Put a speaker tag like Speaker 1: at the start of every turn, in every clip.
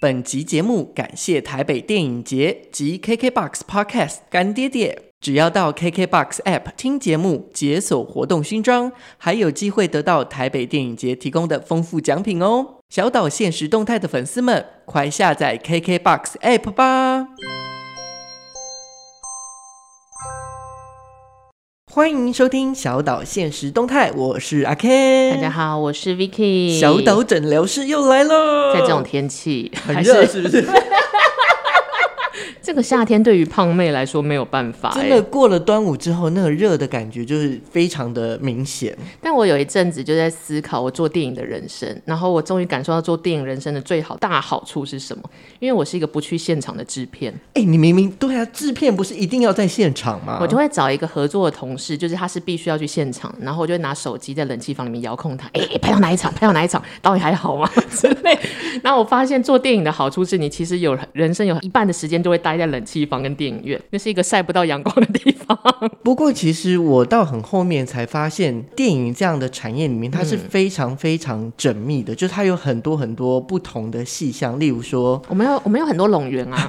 Speaker 1: 本集节目感谢台北电影节及 KKBOX Podcast 干爹爹。只要到 KKBOX App 听节目，解锁活动勋章，还有机会得到台北电影节提供的丰富奖品哦！小岛现实动态的粉丝们，快下载 KKBOX App 吧！欢迎收听小岛现实动态，我是阿 Ken，
Speaker 2: 大家好，我是 Vicky。
Speaker 1: 小岛诊疗室又来了，
Speaker 2: 在这种天气，
Speaker 1: 很
Speaker 2: 还
Speaker 1: 热
Speaker 2: 是
Speaker 1: 是不是？
Speaker 2: 这个夏天对于胖妹来说没有办法、
Speaker 1: 真的
Speaker 2: 欸。
Speaker 1: 过了端午之后，那个热的感觉就是非常的明显。
Speaker 2: 但我有一阵子就在思考我做电影的人生，然后我终于感受到做电影人生的最好大好处是什么，因为我是一个不去现场的制片，
Speaker 1: 哎、你明明对啊，制片不是一定要在现场吗？
Speaker 2: 我就会找一个合作的同事，就是他是必须要去现场，然后我就会拿手机在冷气房里面遥控他，哎、欸拍到哪一场，拍到哪一场，导演还好吗 之类。然后我发现做电影的好处是你其实有人生有一半的时间都会待在冷气房跟电影院，那是一个晒不到阳光的地方。
Speaker 1: 不过其实我到很后面才发现，电影这样的产业里面，它是
Speaker 2: 嗯
Speaker 1: 非常非常缜密的，就是它有很多很多不同的细项，例如说，
Speaker 2: 我们有我们有很多拢员啊。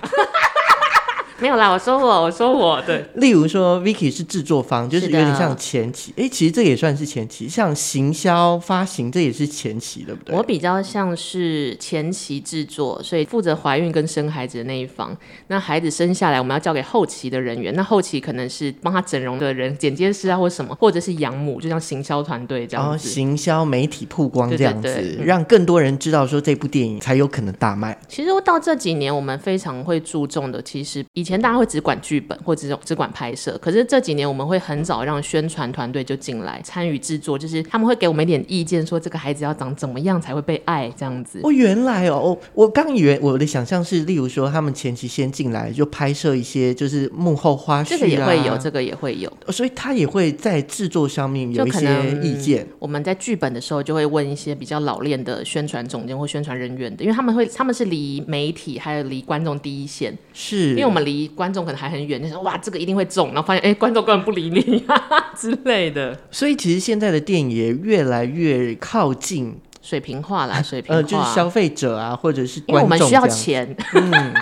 Speaker 2: 没有啦，我说我，我说我，对，
Speaker 1: 例如说 Vicky 是制作方，就是
Speaker 2: 是
Speaker 1: 有
Speaker 2: 的
Speaker 1: 点像前期。哎、其实这也算是前期，像行销发行这也是前期，对不对？
Speaker 2: 我比较像是前期制作，所以负责怀孕跟生孩子的那一方。那孩子生下来，我们要交给后期的人员，那后期可能是帮他整容的人、剪接师啊，或什么，或者是养母，就像行销团队这
Speaker 1: 然后
Speaker 2: 样
Speaker 1: 哦
Speaker 2: 子。
Speaker 1: 行销、媒体曝光
Speaker 2: 对
Speaker 1: 这
Speaker 2: 对
Speaker 1: 样子，
Speaker 2: 对嗯
Speaker 1: 让更多人知道说这部电影才有可能大卖。
Speaker 2: 其实到这几年，我们非常会注重的，其实以前大家会只管剧本或只只管拍摄，可是这几年我们会很早让宣传团队就进来参与制作，就是他们会给我们一点意见，说这个孩子要长怎么样才会被爱这样子。
Speaker 1: 哦，原来哦，我我刚以为我的想象是，例如说他们前期先进来就拍摄一些就是幕后花絮、啊，哦
Speaker 2: 这个也会有，这个也会有。
Speaker 1: 所以他也会在制作上面有一
Speaker 2: 就可
Speaker 1: 些
Speaker 2: 能嗯
Speaker 1: 意见。
Speaker 2: 我们在剧本的时候就会问一些比较老练的宣传总监或宣传人员的，因为他们会他们是离媒体还有离观众第一线，
Speaker 1: 是，
Speaker 2: 因为我们离观众可能还很远，就说哇这个一定会中，然后发现哎、观众根本不理你、啊之类的，
Speaker 1: 所以其实现在的电影也越来越靠近，
Speaker 2: 水平化啦，水平化，
Speaker 1: 呃，就是消费者啊，或者是
Speaker 2: 因为
Speaker 1: 观
Speaker 2: 我们
Speaker 1: 众
Speaker 2: 需
Speaker 1: 这
Speaker 2: 要
Speaker 1: 样。
Speaker 2: 钱， 嗯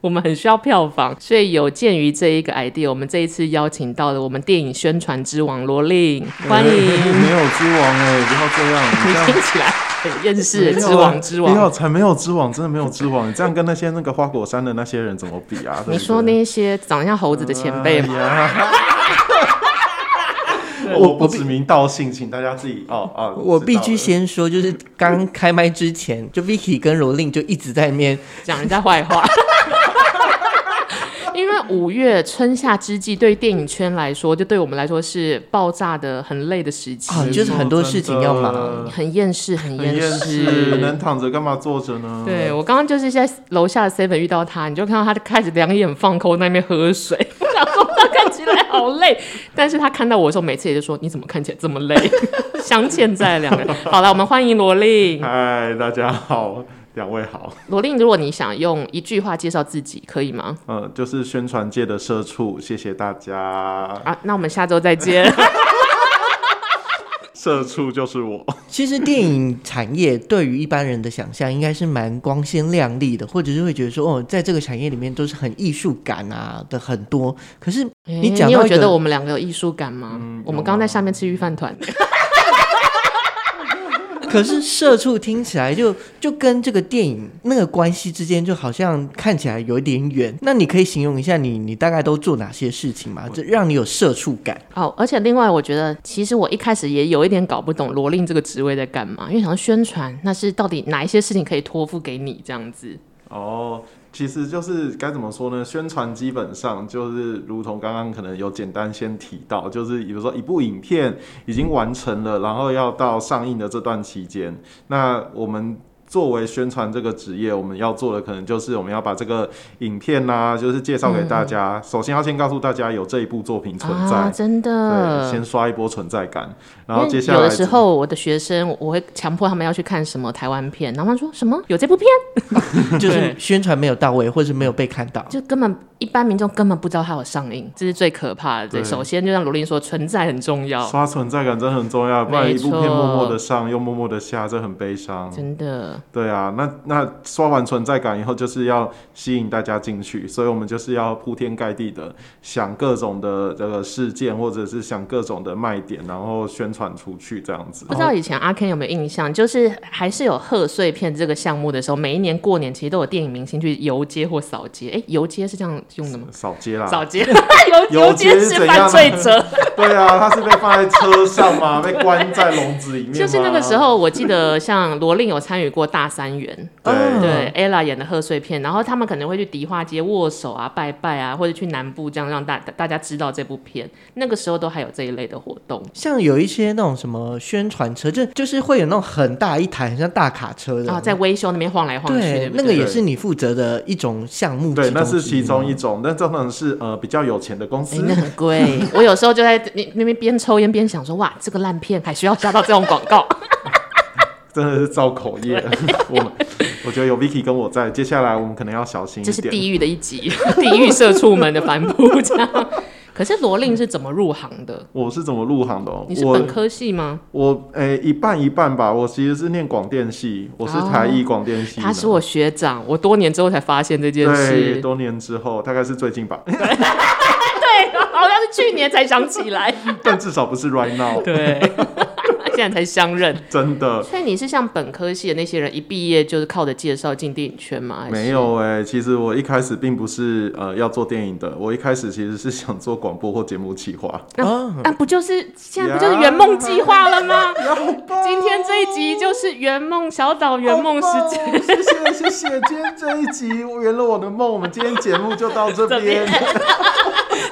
Speaker 2: 我们很需要票房，所以有鉴于这一个 idea，我们这一次邀请到了我们电影宣传之王罗令， 欢迎，
Speaker 3: 没有之王哎、不要这样，你
Speaker 2: 你
Speaker 3: 这 样
Speaker 2: 听起来很厌世，
Speaker 3: 没有
Speaker 2: 之
Speaker 3: 啊
Speaker 2: 王之王
Speaker 3: 没。有，才没有之王，真的没有之王。你这样跟那些那个花果山的那些人怎么比啊？对不对
Speaker 2: 你说那些长得像猴子的前辈吗？
Speaker 3: 哎呀我不指名道姓，请大家自己哦哦。
Speaker 1: 我
Speaker 3: 知道
Speaker 1: 必
Speaker 3: 了
Speaker 1: 须先说，就是刚开麦之前，就 Vicky 跟罗令就一直在面
Speaker 2: 讲人家坏话。 因为五月春夏之际，对于电影圈来说，就对我们来说是爆炸的、很累的时期，
Speaker 1: 啊，就是很多事情要忙。
Speaker 2: 很厌世，很
Speaker 3: 很厌世，
Speaker 2: 世。
Speaker 3: 能躺着干嘛坐着呢？
Speaker 2: 对，我刚刚就是在楼下的 seven 遇到他，你就看到他就开始两眼放空，在那边喝水。 我想说他看起来好累，但是他看到我的时候，每次也就说：“你怎么看起来这么累？” 镶嵌在两个人。好了，我们欢迎罗令。
Speaker 3: 嗨，大家好，两位好。
Speaker 2: 罗令，如果你想用一句话介绍自己，可以吗？
Speaker 3: 嗯，就是宣传界的社畜，谢谢大家。
Speaker 2: 啊，那我们下周再 见。
Speaker 3: 社畜就是我。
Speaker 1: 其实电影产业对于一般人的想象应该是蛮光鲜亮丽的，或者是会觉得说哦，在这个产业里面都是很艺术感啊的很多。可是你讲
Speaker 2: 你
Speaker 1: 到
Speaker 2: 有
Speaker 1: 一个，
Speaker 2: 觉得我们两个有艺术感吗？
Speaker 3: 嗯
Speaker 2: 我们刚刚在下面吃预饭 团，
Speaker 1: 可是社畜听起来就就跟这个电影那个关系之间，就好像看起来有一点远。那你可以形容一下你你大概都做哪些事情吗？这让你有社畜感？
Speaker 2: 哦，而且另外我觉得，其实我一开始也有一点搞不懂罗令这个职位在干嘛，因为想要宣传，那是到底哪一些事情可以托付给你这样子？
Speaker 3: 哦，其实就是该怎么说呢？宣传基本上就是如同刚刚可能有简单先提到，就是比如说一部影片已经完成了，然后要到上映的这段期间，那我们。作为宣传这个职业，我们要做的可能就是我们要把这个影片呐、就是介绍给大家。首先要先告诉大家有这一部作品存在，
Speaker 2: 嗯啊，真
Speaker 3: 对，
Speaker 2: 的。
Speaker 3: 先刷一波存在感。
Speaker 2: 因
Speaker 3: 然后
Speaker 2: 为
Speaker 3: 接下来
Speaker 2: 有的时候，我的学生我会强迫他们要去看什么台湾片，然后他说什么有这部片，
Speaker 1: 就是宣传没有到位，或是没有被看到。
Speaker 2: 就根本一般民众根本不知道它有上映，这是最可怕的。对，
Speaker 3: 对
Speaker 2: 首先就像罗琳说，存在很重要，
Speaker 3: 刷存在感真的很重要，不然
Speaker 2: 没
Speaker 3: 一部片
Speaker 2: 错
Speaker 3: 默默的上又默默的下，这很悲伤。
Speaker 2: 真的。啊，
Speaker 3: 对啊，那那刷完存在感以后，就是要吸引大家进去，所以我们就是要铺天盖地的想各种的这个事件，或者是想各种的卖点，然后宣传出去这样子。
Speaker 2: 不知道以前阿 Ken 有没有印象，就是还是有贺岁片这个项目的时候，每一年过年其实都有电影明星去游街或扫街。哎、游街是这样用的吗？
Speaker 3: 扫街啦，
Speaker 2: 扫 街，游游街是啊犯罪者。
Speaker 3: 对啊，他是被放在车上吗？被关在笼子里面吗？
Speaker 2: 就是那个时，候，我记得像罗令有参与过大三元，
Speaker 3: 对、
Speaker 2: 对 ella 演的贺岁片，然后他们可能会去迪化街握手啊、拜拜啊，或者去南部这样让大大家知道这部片。那个时候都还有这一类的活动。
Speaker 1: 像有一些那种什么宣传车，就就是会有那种很大一台，很像大卡车的
Speaker 2: 啊，在微修那边晃来晃去，对
Speaker 1: 对，
Speaker 2: 不
Speaker 1: 那
Speaker 2: 对
Speaker 1: 个也是你负责的一种项目。
Speaker 3: 对，那是
Speaker 1: 其
Speaker 3: 其
Speaker 1: 中
Speaker 3: 中
Speaker 1: 之一哦啊
Speaker 3: 一种，但这可能是呃比较有钱的公司
Speaker 2: 哎，。 那很贵。我有时候就在那那边边抽烟边想说，哇，这个烂片还需要加到这种广告。
Speaker 3: 真的是造口业， 我们我觉得有 Vicky 跟我在，接下来我们可能要小心一
Speaker 2: 这是
Speaker 3: 点。
Speaker 2: 地狱的一集，地狱社畜们的反扑这样。可是罗令是怎么入行的？
Speaker 3: 我是怎么入行的、哦？
Speaker 2: 你是
Speaker 3: 我
Speaker 2: 本科系吗？
Speaker 3: 我诶、一半一半吧。我其实是念广电系，我是台艺广电系的、
Speaker 2: 哦他是我学长，我多年之后才发现这件
Speaker 3: 对
Speaker 2: 事。
Speaker 3: 多年之后，大概是最近吧，
Speaker 2: 对， 好像是去年才想起来。
Speaker 3: 但至少不是 right now，
Speaker 2: 对， 现在才相认。
Speaker 3: 真的。
Speaker 2: 所以你是像本科系的那些人，一毕业就是靠着介绍进电影圈吗？还是
Speaker 3: 没有诶、其实我一开始并不是呃要做电影的，我一开始其实是想做广播或节目企划。
Speaker 1: 啊，
Speaker 2: 那不就是现在不就是圆梦计划了吗？ 今天这一集就是圆梦小岛圆梦时间。
Speaker 3: 间，谢哦谢谢谢，今天这一集圆了我的梦，我们今天节目就到这
Speaker 2: 这
Speaker 3: 边
Speaker 2: 边。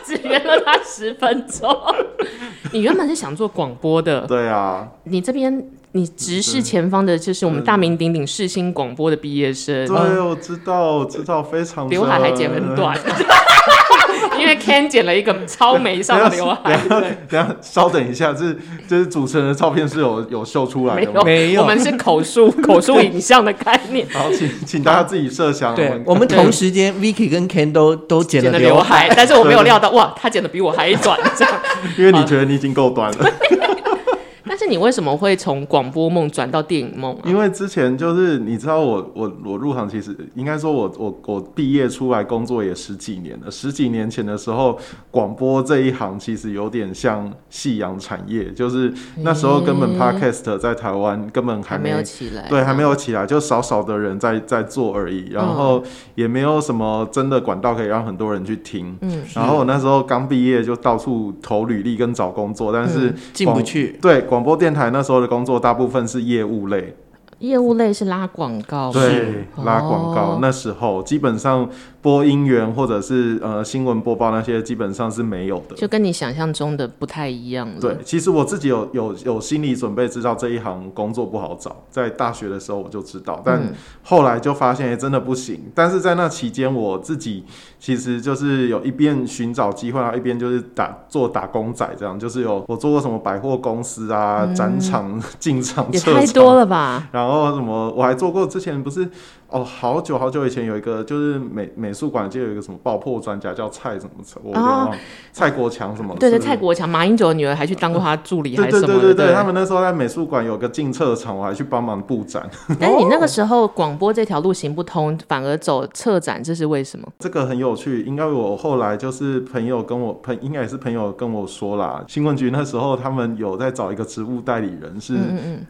Speaker 2: 只约了他十分钟。 你原本是想做广播的，
Speaker 3: 对啊，
Speaker 2: 你这边你直视前方的就是我们大名鼎鼎世新广播的毕业生，
Speaker 3: 对，我知道，我知道，非常的
Speaker 2: 刘海还剪很短， 因为 Ken 剪了一个超眉上的 刘海。
Speaker 3: 等一下等一下，稍等一下，这这是主持人的照片是有有秀出来
Speaker 2: 没
Speaker 3: 的吗
Speaker 2: 有，？
Speaker 1: 没有
Speaker 2: 我们是 口述口述影像的概念，
Speaker 3: 好，请请大家自己设想。
Speaker 1: 对，
Speaker 3: 我
Speaker 1: 我
Speaker 3: 们
Speaker 1: 们同时间 Vicky 跟 Ken 都都剪
Speaker 2: 剪啊
Speaker 1: 了
Speaker 2: 的
Speaker 1: 刘
Speaker 2: 刘
Speaker 1: 海，
Speaker 2: 海，但是我没有料到，哇，他剪的比我还短，这样。
Speaker 3: 因为你觉得你已经够短了，
Speaker 2: 但是你为什么会从广播梦转到电影梦啊？
Speaker 3: 因为之前就是你知道我我我入行，其实应该说我我我毕业出来工作也十几年了。十几年前的时候，广播这一行其实有点像夕阳产业，就是那时候根本 podcast 在台湾根本
Speaker 2: 嗯还
Speaker 3: 还
Speaker 2: 没
Speaker 3: 没
Speaker 2: 有起来，
Speaker 3: 对，还没有起来，就少少的人在在做而已，然后也没有什么真的管道可以让很多人去听。
Speaker 2: 嗯，
Speaker 3: 然后我那时候刚毕业就到处投履历跟找工作，但是
Speaker 1: 进不
Speaker 3: 广。
Speaker 1: 去。
Speaker 3: 对，广播电台那时候的工作大部分是业务类，
Speaker 2: 业务类是拉广告，
Speaker 3: 对，拉广告。
Speaker 2: 哦
Speaker 3: 那时候基本上播音源或者是呃新闻播报那些基本上是没有的。
Speaker 2: 就跟你想象中的不太一样了。
Speaker 3: 对，，其实我自己有有有心理准备，知道这一行工作不好找，在大学的时候我就知道，
Speaker 2: 嗯
Speaker 3: 但后来就发现、哎真的不行。但是在那期间，我自己其实就是有一边寻找机会，然后一边就是打做打工仔，这样就是有我做过什么百货公司啊、展场、 进场、
Speaker 2: 嗯也
Speaker 3: 撤
Speaker 2: 太
Speaker 3: 场
Speaker 2: 多了吧？
Speaker 3: 然后什么，我还做过，之前不是哦，好久好久以前有一个，就是美美术馆就有一个什么爆破专家叫蔡什么，我有点忘了，蔡国强什么，
Speaker 2: 哦对对，
Speaker 3: 是
Speaker 2: 蔡国强、马英九的女儿还去当过他助理还
Speaker 3: 对
Speaker 2: 是
Speaker 3: 对
Speaker 2: 什
Speaker 3: 对
Speaker 2: 么
Speaker 3: 对
Speaker 2: 的。
Speaker 3: 对，他们那时候在美术馆有个竞测场，我还去帮忙布展，
Speaker 2: 但是你那个时候广播这条路行不通，反而走策展，这是为什么？
Speaker 3: 这个很有趣。应该我后来就是朋友跟我朋，应该也是朋友跟我说啦，新闻局那时候他们有在找一个职务代理人，
Speaker 2: 嗯
Speaker 3: 是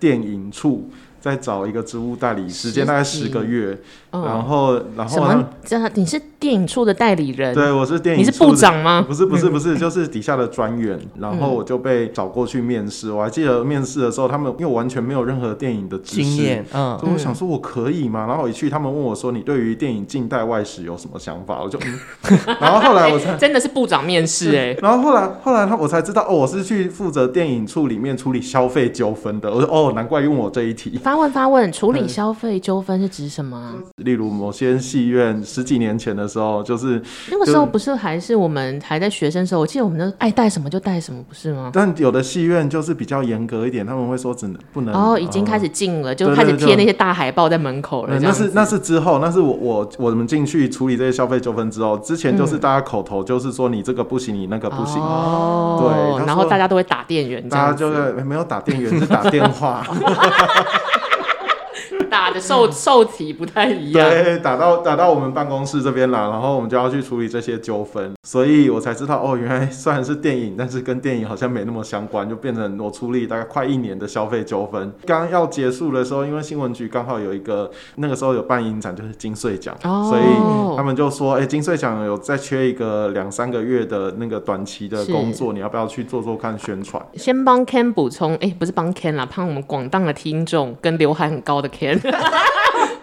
Speaker 3: 电影处在找一个职务代理，时间大概
Speaker 2: 实
Speaker 3: 十
Speaker 2: 习
Speaker 3: 个月，然
Speaker 2: 嗯，
Speaker 3: 后然后
Speaker 2: 什
Speaker 3: 他们
Speaker 2: 么？这你是电影处的代理人，
Speaker 3: 对我是电影
Speaker 2: 你
Speaker 3: 处
Speaker 2: 是
Speaker 3: 的，
Speaker 2: 部长嗯吗？
Speaker 3: 不是不是不是，就是底下的专员，然后我就被找过去面试。我还记得面试的时候，他们因为我完全没有任何电影的知识
Speaker 1: 经，验，
Speaker 2: 啊
Speaker 1: 嗯，
Speaker 3: 所以我想说我可以吗？然后我一去，他们问我说你对于电影近代外史有什么想法？我就嗯， 然后后来我才。
Speaker 2: 真的是部长面试哎，
Speaker 3: 然后后来，后来他我才知道，哦，我是去负责电影处里面处理消费纠纷的。我说，哦，难怪用我这一题。
Speaker 2: 发问发问，处理消费纠纷是指什么啊？
Speaker 3: 例如某些戏院十几年前的时候，就是
Speaker 2: 那个时候不是还是我们还在学生时候，我记得我们都爱带什么就带什么，不是吗？
Speaker 3: 但有的戏院就是比较严格一点，他们会说只能不能
Speaker 2: 哦，已经
Speaker 3: 呃
Speaker 2: 开始禁了，就
Speaker 3: 对
Speaker 2: 开始
Speaker 3: 对对
Speaker 2: 贴那些大海报在门口了。这
Speaker 3: 嗯那
Speaker 2: 样
Speaker 3: 是
Speaker 2: 子
Speaker 3: 那是之后，那是我我我们进去处理这些消费纠纷之后，之
Speaker 2: 嗯
Speaker 3: 前就是大家口头就是说你这个不行，你那个不行，
Speaker 2: 哦
Speaker 3: 对他
Speaker 2: 然后
Speaker 3: 说
Speaker 2: 大家都会打店员，这
Speaker 3: 大家哎
Speaker 2: 样子
Speaker 3: 就是没有打电源，是打电话。
Speaker 2: 打的受受体不太一样。
Speaker 3: 对，打到打到我们办公室这边啦，然后我们就要去处理这些纠纷，所以我才知道哦，原来虽然是电影，但是跟电影好像没那么相关，就变成我处理大概快一年的消费纠纷。刚要结束的时候，因为新闻局刚好有一个那个时候有办影展，就是金穗奖，
Speaker 2: 哦
Speaker 3: 所以他们就说，哎、金穗奖有再缺一个两三个月的那个短期的
Speaker 2: 是
Speaker 3: 工作，你要不要去做做看宣传？
Speaker 2: 先帮 Ken 补充，哎、不是帮 Ken 啦，帮我们广大的听众跟刘海很高的 Ken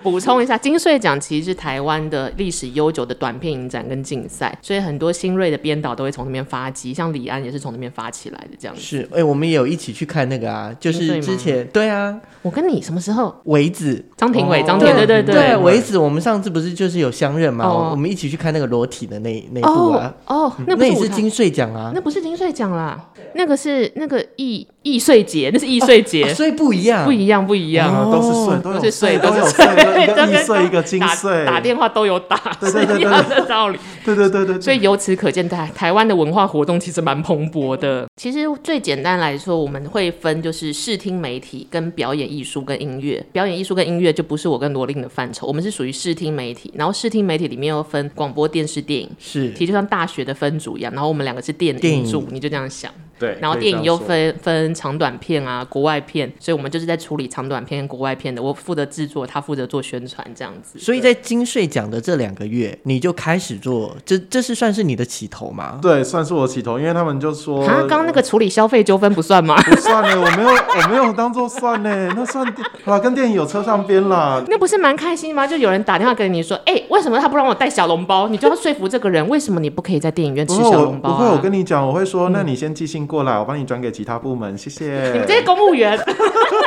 Speaker 2: 补充一下，金穗奖其实是台湾的历史悠久的短片影展跟竞赛，所以很多新锐的编导都会从那边发迹，像李安也是从那边发起来的这样子。
Speaker 1: 是，哎、我们也有一起去看那个啊，就
Speaker 2: 金穗
Speaker 1: 是之
Speaker 2: 吗
Speaker 1: 前对啊，
Speaker 2: 我跟你什么时候？
Speaker 1: 维子。
Speaker 2: 张庭伟，
Speaker 3: 哦
Speaker 2: 张庭
Speaker 3: 对
Speaker 2: 伟，对对
Speaker 1: 对，
Speaker 2: 对。
Speaker 1: 维子，我们上次不是就是有相认嘛？
Speaker 2: 哦
Speaker 1: 我们一起去看那个裸体的那那一部
Speaker 2: 哦
Speaker 1: 啊，
Speaker 2: 哦，那不
Speaker 1: 那也
Speaker 2: 我
Speaker 1: 是
Speaker 2: 看
Speaker 1: 金穗奖啊，
Speaker 2: 那不是金穗奖啦，那个是那个易易碎节，那是易碎节，
Speaker 1: 啊所以不一样，
Speaker 2: 不一样，不一样。
Speaker 3: 啊，都是碎，都
Speaker 2: 都
Speaker 3: 有
Speaker 2: 是碎，
Speaker 3: 都
Speaker 2: 是
Speaker 3: 有
Speaker 2: 碎，
Speaker 3: 碎，一
Speaker 2: 都
Speaker 3: 个易
Speaker 2: 跟
Speaker 3: 碎，一个金
Speaker 2: 打
Speaker 3: 碎，
Speaker 2: 打电话都有打，
Speaker 3: 对
Speaker 2: 是
Speaker 3: 对对
Speaker 2: 一样的道理。
Speaker 3: 对对对对，
Speaker 2: 所以由此可见，台台湾的文化活动其实蛮蓬勃的。其实最简单来说，我们会分就是视听媒体、跟表演艺术、跟音乐。表演艺术跟音乐就不是我跟罗琳的范畴，我们是属于视听媒体。然后视听媒体里面又分广播电视、电影，
Speaker 1: 是
Speaker 2: 其实就像大学的分组一样。然后我们两个是电
Speaker 1: 电影
Speaker 2: 影组，你就这样想。
Speaker 3: 对，
Speaker 2: 然后
Speaker 3: 可以
Speaker 2: 电
Speaker 3: 这
Speaker 2: 影
Speaker 3: 样
Speaker 2: 又
Speaker 3: 说
Speaker 2: 分分长短片啊、国外片，所以我们就是在处理长短片、国外片的。我负责制作，他负责做宣传，这样子。
Speaker 1: 所以在金穗奖的这两个月，你就开始做，这这是算是你的起头吗？
Speaker 3: 对，算是我起头，因为他们就说，
Speaker 2: 啊，刚刚那个处理消费纠纷不算吗？
Speaker 3: 不算呢，我没有，我没有当做算呢，那算好啦，跟电影有车上边啦。
Speaker 2: 那不是蛮开心吗？就有人打电话给你说，哎、为什么他不让我带小笼包？你就要说服这个人，为什么你不可以在电影院吃
Speaker 3: 不会，
Speaker 2: 小
Speaker 3: 我
Speaker 2: 笼包、
Speaker 3: 不
Speaker 2: 啊？嗯
Speaker 3: 会，我跟你讲，我会说，那你先寄信过来，我帮你转给其他部门，谢
Speaker 2: 你
Speaker 3: 谢
Speaker 2: 们。这些公务员，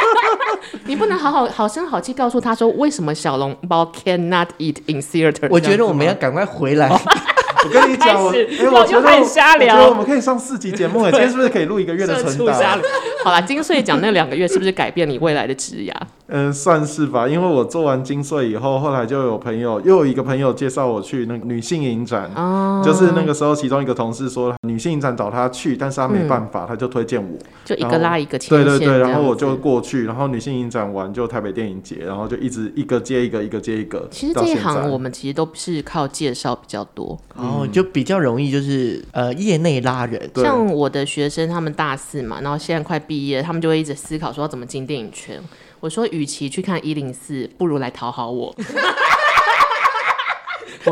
Speaker 2: 你不能好好好声好气告诉他说，为什么小笼包 cannot eat in theater？
Speaker 1: 我觉
Speaker 2: 这
Speaker 1: 得
Speaker 2: 样子吗
Speaker 1: 我们要赶快回来，
Speaker 3: 我跟你讲，我
Speaker 2: 开始
Speaker 3: 哎，
Speaker 2: 我
Speaker 3: 我
Speaker 2: 就
Speaker 3: 觉得
Speaker 2: 开始
Speaker 3: 我
Speaker 2: 瞎聊
Speaker 3: 我觉得我们可以上四集节目 哎，今天是不是可以录一个月的
Speaker 2: 社
Speaker 3: 存
Speaker 2: 畜杀
Speaker 3: 档
Speaker 2: 了？。好啦，金穗奖那两个月是不是改变你未来的职涯？
Speaker 3: 嗯，算是吧，因为我做完金穗以后，后来就有朋友，又有一个朋友介绍我去那个女性影展，
Speaker 2: 哦
Speaker 3: 就是那个时候其中一个同事说女性影展找他去，但是他没办法，他就推荐我。
Speaker 2: 就一个拉一个牵
Speaker 3: 对
Speaker 2: 嗯线，
Speaker 3: 对对，
Speaker 2: 这样
Speaker 3: 然后我就
Speaker 2: 子
Speaker 3: 过去，然后女性影展完就台北电影节，然后就一直一个接一个，一个接一个。
Speaker 2: 其实
Speaker 3: 到
Speaker 2: 这一
Speaker 3: 现在
Speaker 2: 行我们其实都是靠介绍比较多，
Speaker 1: 然后哦就比较容易就是呃业内拉人，
Speaker 3: 对
Speaker 2: 像我的学生他们大四嘛，然后现在快毕业，他们就会一直思考说要怎么进电影圈。我说，与其去看一零四，不如来讨好我。 哎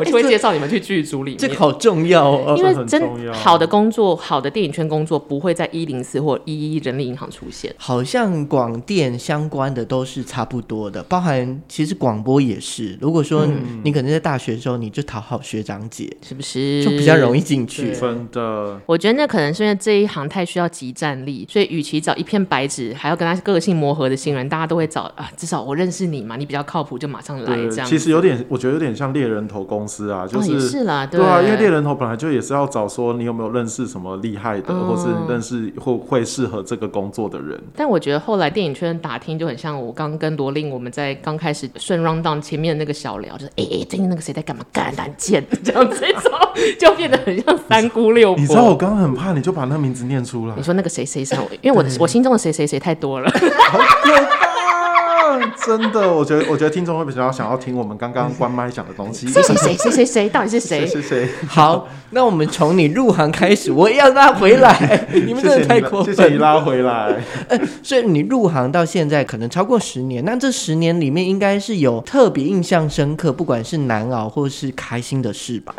Speaker 2: 我就会介绍你们去剧组里
Speaker 1: 这个
Speaker 2: 面。
Speaker 1: 好重要哦。
Speaker 2: 因
Speaker 3: 这
Speaker 2: 为
Speaker 3: 很重
Speaker 2: 真
Speaker 3: 要
Speaker 2: 好的工作，好的电影圈工作不会在一零四或一一人力银行出现。
Speaker 1: 好像广电相关的都是差不多的，包含其实广播也是。如果说
Speaker 3: 嗯
Speaker 1: 你可能在大学的时候，你就讨好学长姐，
Speaker 2: 是不是？
Speaker 1: 就比较容易进去。
Speaker 3: 真的
Speaker 2: 我觉得那可能是因为这一行太需要集战力，所以与其找一片白纸，还要跟他个性磨合的新人，大家都会找啊，至少我认识你嘛，你比较靠谱，就马上来
Speaker 3: 对
Speaker 2: 这，样。
Speaker 3: 其实有点，我觉得有点像猎人头公司啊，就
Speaker 2: 哦、也
Speaker 3: 是。
Speaker 2: 是啦，
Speaker 3: 对
Speaker 2: 对
Speaker 3: 啊，因为猎人头本来就也是要找说你有没有认识什么厉害的，
Speaker 2: 嗯
Speaker 3: 或是认识或会适合这个工作的人。
Speaker 2: 但我觉得后来电影圈打听就很像我刚跟罗令我们在刚开始顺 round down 前面那个小聊，就是哎、欸最近那个谁在干嘛干难见 这样子，一种就变得很像三姑六婆。
Speaker 3: 你知道我刚刚很怕你就把那名字念出来
Speaker 2: 你，说那个谁谁谁，因为我的我心中的谁谁谁太 多了。
Speaker 3: 好可怕！真的，我觉得我觉得听众会比较想要听我们刚刚关麦讲的东西。
Speaker 2: 谁谁谁谁谁谁到底是谁？
Speaker 3: 谢谢。
Speaker 1: 好，那我们从你入行开始，我也要拉回 来。你们真的太过
Speaker 3: 谢
Speaker 1: 分
Speaker 3: 谢你
Speaker 1: 了。
Speaker 3: 拉回来。
Speaker 1: 所以你入行到现在可能超过十年，那这十年里面应该是有特别印象深刻，不管是难熬或是开心的事吧？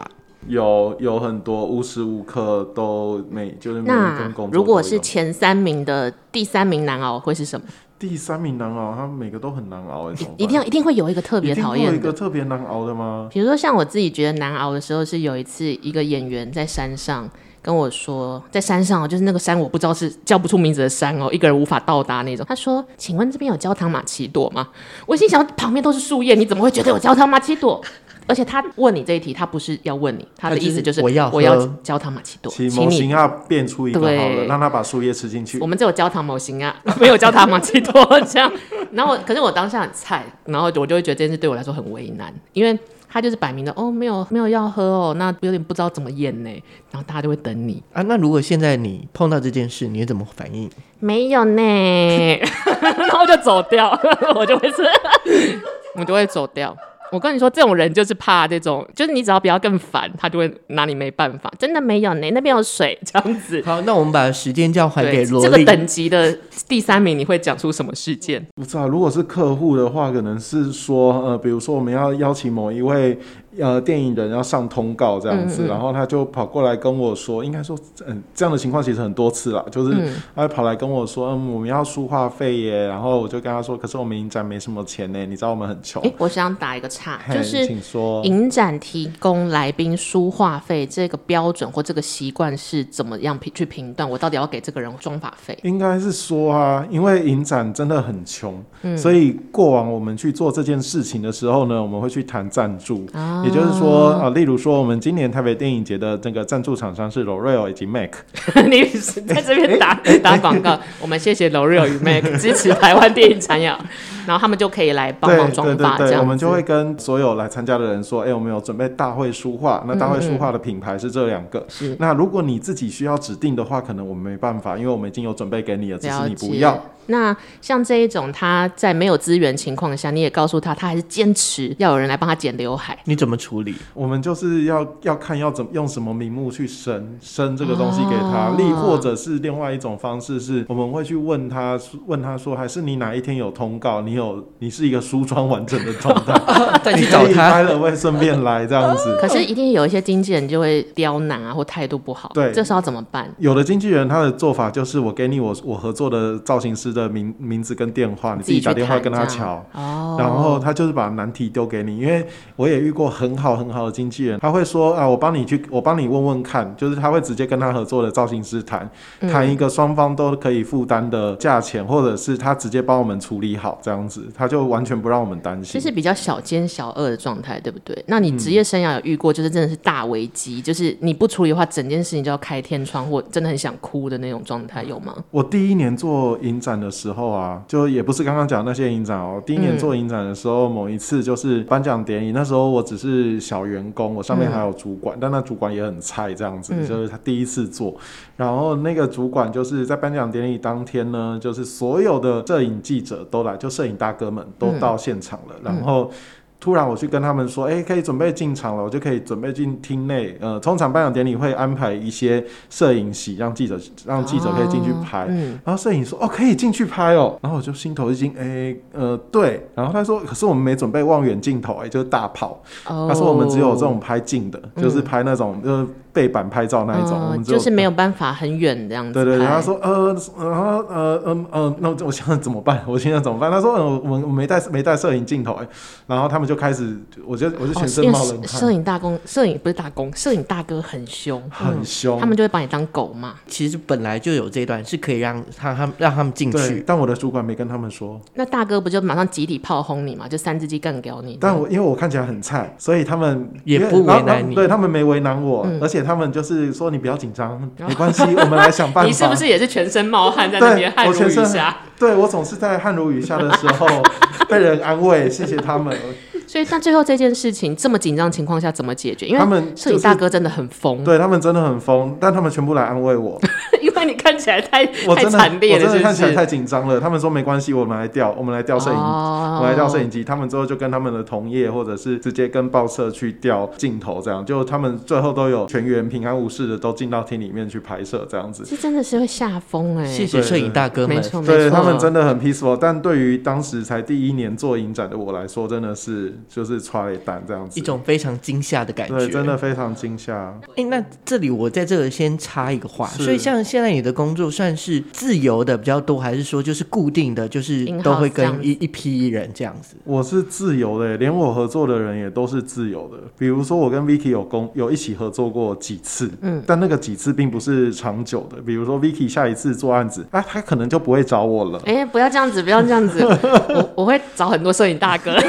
Speaker 3: 有有很多无时无刻都每就是每一
Speaker 2: 那
Speaker 3: 份工作都有。
Speaker 2: 如果是前三名的第三名难熬会是什么？
Speaker 3: 第三名难熬，他每个都很难熬，哎，怎么办
Speaker 2: 一定要一定会有一个特别讨
Speaker 3: 一定会有
Speaker 2: 厌
Speaker 3: 一个
Speaker 2: 的。
Speaker 3: 特别难熬的吗？
Speaker 2: 比如说像我自己觉得难熬的时候，是有一次一个演员在山上跟我说，在山上哦，就是那个山我不知道是叫不出名字的山哦，一个人无法到达那种。他说：“请问这边有焦糖玛奇朵吗？”我心想旁边都是树叶，你怎么会觉得有焦糖玛奇 朵？而且他问你这一题，他不是要问你，他
Speaker 1: 他
Speaker 2: 的
Speaker 1: 就是
Speaker 2: 意思就是
Speaker 1: 我要喝
Speaker 2: 我要焦糖玛奇朵，
Speaker 3: 请
Speaker 2: 请
Speaker 3: 模
Speaker 2: 你
Speaker 3: 型要变出一个好了，
Speaker 2: 对
Speaker 3: 让他把树叶吃进去
Speaker 2: 我。们只有焦糖模型啊， 没有焦糖玛奇朵这样。然后我，可是我当下很菜，然后我就会觉得这件事对我来说很为难，因为他就是摆明的哦，没有没有要喝哦，那有点不知道怎么演呢，然后大家就会等你，
Speaker 1: 啊，那如果现在你碰到这件事，你会怎么反应？
Speaker 2: 没有呢， 然后就走掉， 我就会是，我就会走掉。我跟你说，这种人就是怕这种，就是你只要不要更烦，他就会拿你没办法。真的没有呢，那边有水，这样子。
Speaker 1: 好，那我们把时间交还给
Speaker 2: 对，
Speaker 1: 萝
Speaker 2: 这
Speaker 1: 莉。
Speaker 2: 个等级的第三名，你会讲出什么事件？
Speaker 3: 不知道，如果是客户的话，可能是说，呃，比如说我们要邀请某一位呃电影人要上通告这样子，
Speaker 2: 嗯
Speaker 3: 然后他就跑过来跟我说，应该说，嗯、这样的情况其实很多次啦，就是
Speaker 2: 嗯
Speaker 3: 他会跑来跟我说，嗯，我们要书画费耶，然后我就跟他说，可是我们影展没什么钱呢，你知道我们很穷
Speaker 2: 哎、，我想打一个岔，
Speaker 3: 哦嘿
Speaker 2: 就是
Speaker 3: 请说，
Speaker 2: 影展提供来宾书话费这个标准或这个习惯是怎么样评去评断？我到底要给这个人装法 费？
Speaker 3: 应该是说啊，因为影展真的很穷，
Speaker 2: 嗯
Speaker 3: 所以过往我们去做这件事情的时候呢，我们会去谈赞助，
Speaker 2: 啊
Speaker 3: 也就是说啊、呃例如说我们今年台北电影节的这个赞助厂商是 L'Oreal 以及 MAC，
Speaker 2: 你是在这边打打广 告，我们谢谢 l o r e a 与 Mac 支持台湾电影产业，然后他们就可以来帮
Speaker 3: 对
Speaker 2: 忙装
Speaker 3: 对
Speaker 2: 法，
Speaker 3: 对
Speaker 2: 这样子
Speaker 3: 对，我们就会跟所有来参加的人说，哎、我们有准备大会书画，那大会书画的品牌是这两个。
Speaker 2: 嗯是
Speaker 3: 那如果你自己需要指定的话，可能我们没办法，因为我们已经有准备给你了，只
Speaker 2: 了
Speaker 3: 是你
Speaker 2: 解。
Speaker 3: 不要。
Speaker 2: 那像这一种，他在没有资源情况下，你也告诉他，他还是坚持要有人来帮他剪刘海。
Speaker 1: 你怎么处 理？
Speaker 3: 我们就是要要看要怎么用什么名目去生生这个东西给他
Speaker 1: 啊
Speaker 2: 哦，
Speaker 3: 例、或者是另外一种方式是，我们会去问他问他说，还是你哪一天有通告，你有你是一个梳妆完整的状 态，
Speaker 1: 再
Speaker 3: 你
Speaker 1: 去
Speaker 3: 可
Speaker 1: 找
Speaker 3: 以
Speaker 1: 他
Speaker 3: 拍。了会顺便来这样子。
Speaker 2: 可是一定有一些经纪人就会刁难啊，或态度不好。
Speaker 3: 对
Speaker 2: 这时候怎么办？
Speaker 3: 有的经纪人他的做法就是，我给你我我合作的造型师的名名字跟电话，你自己打电话跟他
Speaker 2: 自己去谈
Speaker 3: 瞧。
Speaker 2: 这样哦，
Speaker 3: 然后他就是把难题丢给你，因为我也遇过很好很好的经纪人，他会说啊，我帮你去，我帮你问问看，就是他会直接跟他合作的造型师谈，
Speaker 2: 嗯
Speaker 3: 谈一个双方都可以负担的价钱，或者是他直接帮我们处理好这样子，他就完全不让我们担
Speaker 2: 这
Speaker 3: 心。
Speaker 2: 是比较小奸小恶的状态，对不对？那
Speaker 3: 嗯
Speaker 2: 你职业生涯有遇过，就是真的是大危机，就是你不处理的话，整件事情就要开天窗，或真的很想哭的那种状态，有吗？
Speaker 3: 我第一年做影展的时候啊，就也不是刚刚讲那些影展哦。第一年做影展的时候，某一次就是颁奖典礼，那时候我只是小员工，我上面还有主管，但那主管也很菜，这样子，就是他第一次做。然后那个主管就是在颁奖典礼当天呢，就是所有的摄影记者都来，就摄影大哥们都到现场了，然后。突然，我去跟他们说，哎、可以准备进场了，我就可以准备进厅内。呃，通常颁奖典礼会安排一些摄影席，让记者让记者可以进去
Speaker 2: 哦
Speaker 3: 拍。
Speaker 2: 嗯，
Speaker 3: 然后摄影说：“哦，可以进去拍哦。”然后我就心头一惊，哎、呃，对。然后他说：“可是我们没准备望远镜头、哎，就是大炮。
Speaker 2: 哦嗯
Speaker 3: 他说：“我们只有这种拍近的，就是拍那种就是背板拍照那一种，
Speaker 2: 哦
Speaker 3: 我们只有
Speaker 2: 就是没有办法很远这样子。
Speaker 3: 对对对，他，说呃，然后呃嗯嗯，那我想怎么办？ 我现在怎么办？他说嗯，我们我没带没带摄影镜头、哎，然后他们就开始，我就我就全
Speaker 2: 哦，
Speaker 3: 身
Speaker 2: 因为
Speaker 3: 冒冷
Speaker 2: 摄摄
Speaker 3: 汗，
Speaker 2: 影大公，摄影不是大公，摄影大哥很凶，嗯
Speaker 3: 很凶。
Speaker 2: 他们就会把你当狗骂。
Speaker 1: 其实本来就有这一段是可以让他他让他们进
Speaker 3: 对，
Speaker 1: 去。
Speaker 3: 但我的主管没跟他们说，
Speaker 2: 那大哥不就马上集体炮轰你嘛，就三只鸡干掉你。
Speaker 3: 但我因为我看起来很菜，所以他们
Speaker 1: 也
Speaker 3: 因为
Speaker 1: 不为
Speaker 3: 然后
Speaker 1: 难
Speaker 3: 然后
Speaker 1: 你
Speaker 3: 对他们没为难我，
Speaker 2: 嗯
Speaker 3: 而且他们就是说你不要紧张，没关系，我们来想办法。
Speaker 2: 哦 你是不是也是全身冒汗在那
Speaker 3: 对
Speaker 2: 边，汗
Speaker 3: 我
Speaker 2: 如
Speaker 3: 全
Speaker 2: 雨
Speaker 3: 身
Speaker 2: 下？
Speaker 3: 对我总是在汗如雨下的时候被人安慰，谢谢他们。
Speaker 2: 所以，那最后这件事情这么紧张的情况下怎么解决？因
Speaker 3: 他
Speaker 2: 为
Speaker 3: 们
Speaker 2: 摄
Speaker 3: 就
Speaker 2: 影
Speaker 3: 是
Speaker 2: 大哥真的很疯，
Speaker 3: 对他们真的很疯，但他们全部来安慰我。
Speaker 2: 因为你看起来太
Speaker 3: 我
Speaker 2: 太
Speaker 3: 真的
Speaker 2: 惨烈
Speaker 3: 我真的
Speaker 2: 了，
Speaker 3: 看起
Speaker 2: 是
Speaker 3: 来
Speaker 2: 不
Speaker 3: 太
Speaker 2: 是？
Speaker 3: 紧张了。他们说没关系，我们来调，我们来调摄影，
Speaker 2: 哦
Speaker 3: 我们来调摄影机。他们之后就跟他们的同业或者是直接跟报社去调镜头，这样就他们最后都有全员平安无事的都进到厅里面去拍摄这样子。
Speaker 2: 这真的是会吓疯哎！
Speaker 1: 谢谢摄影大哥
Speaker 2: 没
Speaker 1: 们，
Speaker 2: 错，没
Speaker 3: 对
Speaker 2: 错，
Speaker 3: 他们真的很 peaceful，但对于当时才第一年做影展的我来说，真的是就是踹了一蛋这样子，
Speaker 1: 一种非常惊吓的感觉。
Speaker 3: 对，真的非常惊吓。
Speaker 1: 哎、那这里我在这里先插一个话，
Speaker 3: 是
Speaker 1: 所以像现在你的工作算是自由的比较多，还是说就是固定的，就是都会
Speaker 2: In-house 这样
Speaker 1: 跟
Speaker 2: 子
Speaker 1: 一一批人这样子？
Speaker 3: 我是自由的，连我合作的人也都是自由的。比如说，我跟 Vicky 有工有一起合作过几次，嗯，但那个几次并不是长久的。比如说，Vicky 下一次做案子，啊，他可能就不会找我了。
Speaker 2: 哎， 不要这样子，不要这样子，我我会找很多摄影大哥。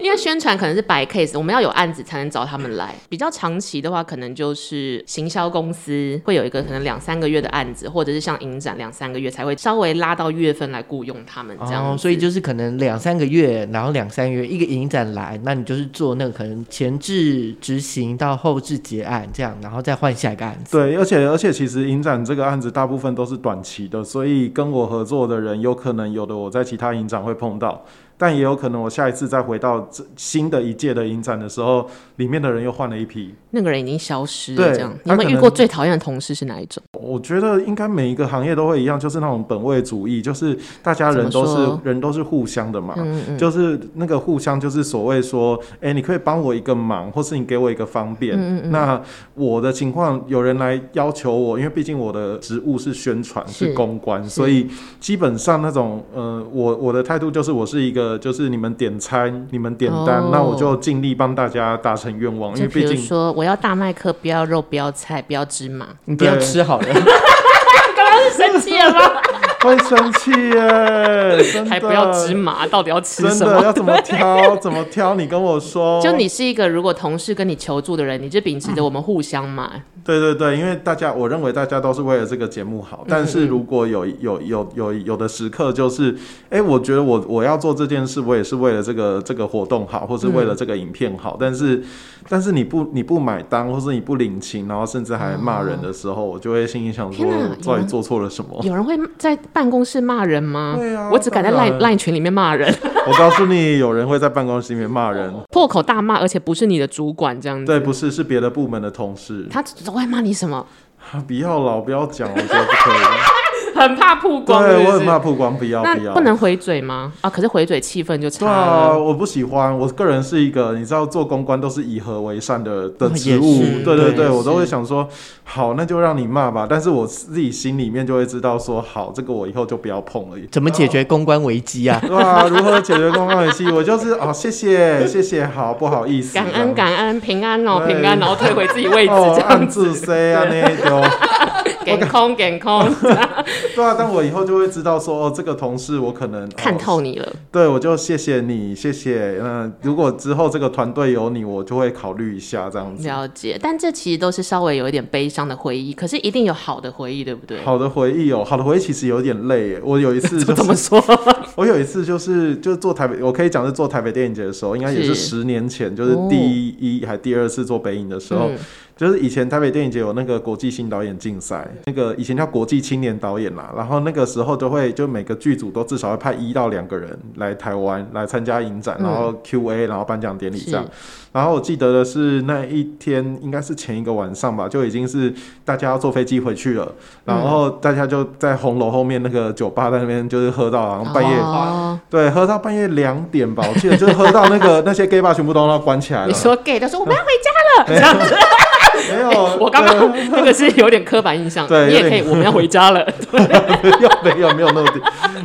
Speaker 2: 因为宣传可能是白 case，我们要有案子才能找他们来。比较长期的话，可能就是行销公司会有一个可能两三个月的案子，或者是像影展两三个月才会稍微拉到月份来雇佣他们这样子。
Speaker 1: 哦，所以就是可能两三个月，然后两三个月一个影展来，那你就是做那个可能前置执行到后置结案这样，然后再换下一个案子。
Speaker 3: 对，而且而且，其实影展这个案子大部分都是短期的，所以跟我合作的人，有可能有的我在其他影展会碰到，但也有可能我下一次再回到这新的一届的影展的时候，里面的人又换了一批。
Speaker 2: 那个人已经消失了，
Speaker 3: 对
Speaker 2: 这样。你有
Speaker 3: 他
Speaker 2: 没有
Speaker 3: 可
Speaker 2: 遇
Speaker 3: 能
Speaker 2: 过最讨厌的同事是哪一种？
Speaker 3: 我觉得应该每一个行业都会一样，就是那种本位主义，就是大家人
Speaker 2: 怎
Speaker 3: 都
Speaker 2: 么
Speaker 3: 是
Speaker 2: 说
Speaker 3: 人都是互相的嘛。
Speaker 2: 嗯嗯，
Speaker 3: 就是那个互相，就是所谓说，哎、你可以帮我一个忙，或是你给我一个方便。
Speaker 2: 嗯嗯嗯
Speaker 3: 那我的情况，有人来要求我，因为毕竟我的职务是宣传，
Speaker 2: 是
Speaker 3: 是公关，
Speaker 2: 是
Speaker 3: 所以基本上那种，呃，我我的态度就是，我是一个，就是你们点餐，你们点单，
Speaker 2: 哦
Speaker 3: 那我就尽力帮大家达成愿望，因
Speaker 2: 就
Speaker 3: 为
Speaker 2: 比
Speaker 3: 毕
Speaker 2: 如
Speaker 3: 竟。
Speaker 2: 说，我要大麦克，不要肉，不要菜，不要芝麻。
Speaker 1: 你不要
Speaker 3: 对
Speaker 1: 吃好了，
Speaker 2: 生气了
Speaker 3: 啊
Speaker 2: 吗？
Speaker 3: 会生气 耶，真的
Speaker 2: 还不要芝麻，到底要吃
Speaker 3: 真
Speaker 2: 什
Speaker 3: 的
Speaker 2: 么
Speaker 3: 要？怎么挑？怎么挑？你跟我说。
Speaker 2: 就你是一个如果同事跟你求助的人，你就秉持着我们互相嘛。
Speaker 3: 对对对，因为大家，我认为大家都是为了这个节目
Speaker 2: 嗯
Speaker 3: 好。但是如果有有有有有的时刻，就是，哎，我觉得我我要做这件事，我也是为了这个这个活动好，或是为了这个影片
Speaker 2: 嗯
Speaker 3: 好。但是，但是你不你不买单，或是你不领情，然后甚至还骂人的时候，我就会心里想说，
Speaker 2: 天哪
Speaker 3: 我到
Speaker 2: 有
Speaker 3: 底
Speaker 2: 人
Speaker 3: 做错了什么？
Speaker 2: 有人会在办公室骂人吗？
Speaker 3: 对啊
Speaker 2: 我只敢在
Speaker 3: 当
Speaker 2: 赖
Speaker 3: 然
Speaker 2: 赖群里面骂 人，
Speaker 3: 我告诉你，有人会在办公室里面骂人，
Speaker 2: 破口大骂，而且不是你的主管这样子。
Speaker 3: 对，不是，是别的部门的同事。
Speaker 2: 他总会骂你什么？
Speaker 3: 啊不要老，不要讲，我觉得不可以。
Speaker 2: 很怕曝光，是
Speaker 3: 对，
Speaker 2: 不
Speaker 3: 我
Speaker 2: 是
Speaker 3: 很怕曝光，不要不
Speaker 2: 那
Speaker 3: 要。
Speaker 2: 不能回嘴吗？啊，可是回嘴气氛就差
Speaker 3: 对啊，
Speaker 2: 了。
Speaker 3: 我不喜欢。我个人是一个，你知道，做公关都是以和为善的的
Speaker 1: 哦
Speaker 3: 职
Speaker 1: 也
Speaker 3: 务
Speaker 1: 是，
Speaker 3: 对
Speaker 1: 对
Speaker 3: 对对，
Speaker 2: 也
Speaker 3: 我都会
Speaker 2: 是
Speaker 3: 想说，好，那就让你骂吧。但是我自己心里面就会知道说，好，这个我以后就不要碰了。
Speaker 1: 怎么解决公关危机
Speaker 2: 哦
Speaker 1: 啊？
Speaker 3: 对啊，如何解决公关危机？我就是哦，谢谢谢谢，好，不好意思，
Speaker 2: 感
Speaker 3: 这样
Speaker 2: 恩感恩，平安哦，
Speaker 3: 对
Speaker 2: 平安，然后退回自己位置
Speaker 3: 哦
Speaker 2: 这，
Speaker 3: 暗
Speaker 2: 样子，
Speaker 3: 自 C 啊那一种。
Speaker 2: 给空给空，
Speaker 3: 对啊，但我以后就会知道说，哦，这个同事我可能
Speaker 2: 看。
Speaker 3: 哦
Speaker 2: 透你了。
Speaker 3: 对，我就谢谢你，谢谢。嗯，如果之后这个团队有你，我就会考虑一下这样子。
Speaker 2: 了解，但这其实都是稍微有一点悲伤的回忆，可是一定有好的回忆，对不对？
Speaker 3: 好的回忆哦，好的回忆其实有点累耶。我有一 次就
Speaker 2: 怎么
Speaker 3: 是，
Speaker 2: 说？
Speaker 3: 我有一次就是就是做台北，我可以讲是做台北电影节的时候，应该也是
Speaker 2: 是哦
Speaker 3: 十年前，就是第一、还第二次做北影的时候，
Speaker 2: 嗯
Speaker 3: 就是以前台北电影节有那个国际新导演竞赛，那个以前叫国际青年导演啦，然后那个时候就会就每个剧组都至少会派一到两个人来台湾来参加影展，
Speaker 2: 嗯
Speaker 3: 然后 Q&A，然后颁奖典礼这样
Speaker 2: 是。
Speaker 3: 然后我记得的是那一天应该是前一个晚上吧，就已经是大家要坐飞机回去了，然后
Speaker 2: 嗯
Speaker 3: 大家就在红楼后面那个酒吧在那边就是喝到，然后半夜、
Speaker 2: 哦
Speaker 3: 对喝到半夜两点吧，我记得就是喝到那个 那些 gay bar 全部都要关起来了。
Speaker 2: 你 说 gay，他说我们要回家了，
Speaker 3: 没
Speaker 2: 这样子。
Speaker 3: 没有？
Speaker 2: 哎我刚刚 那个是有点刻板印象，
Speaker 3: 对
Speaker 2: 你也可以，
Speaker 3: 有点
Speaker 2: 我们要回家 了。
Speaker 3: 没有没有没有那么低。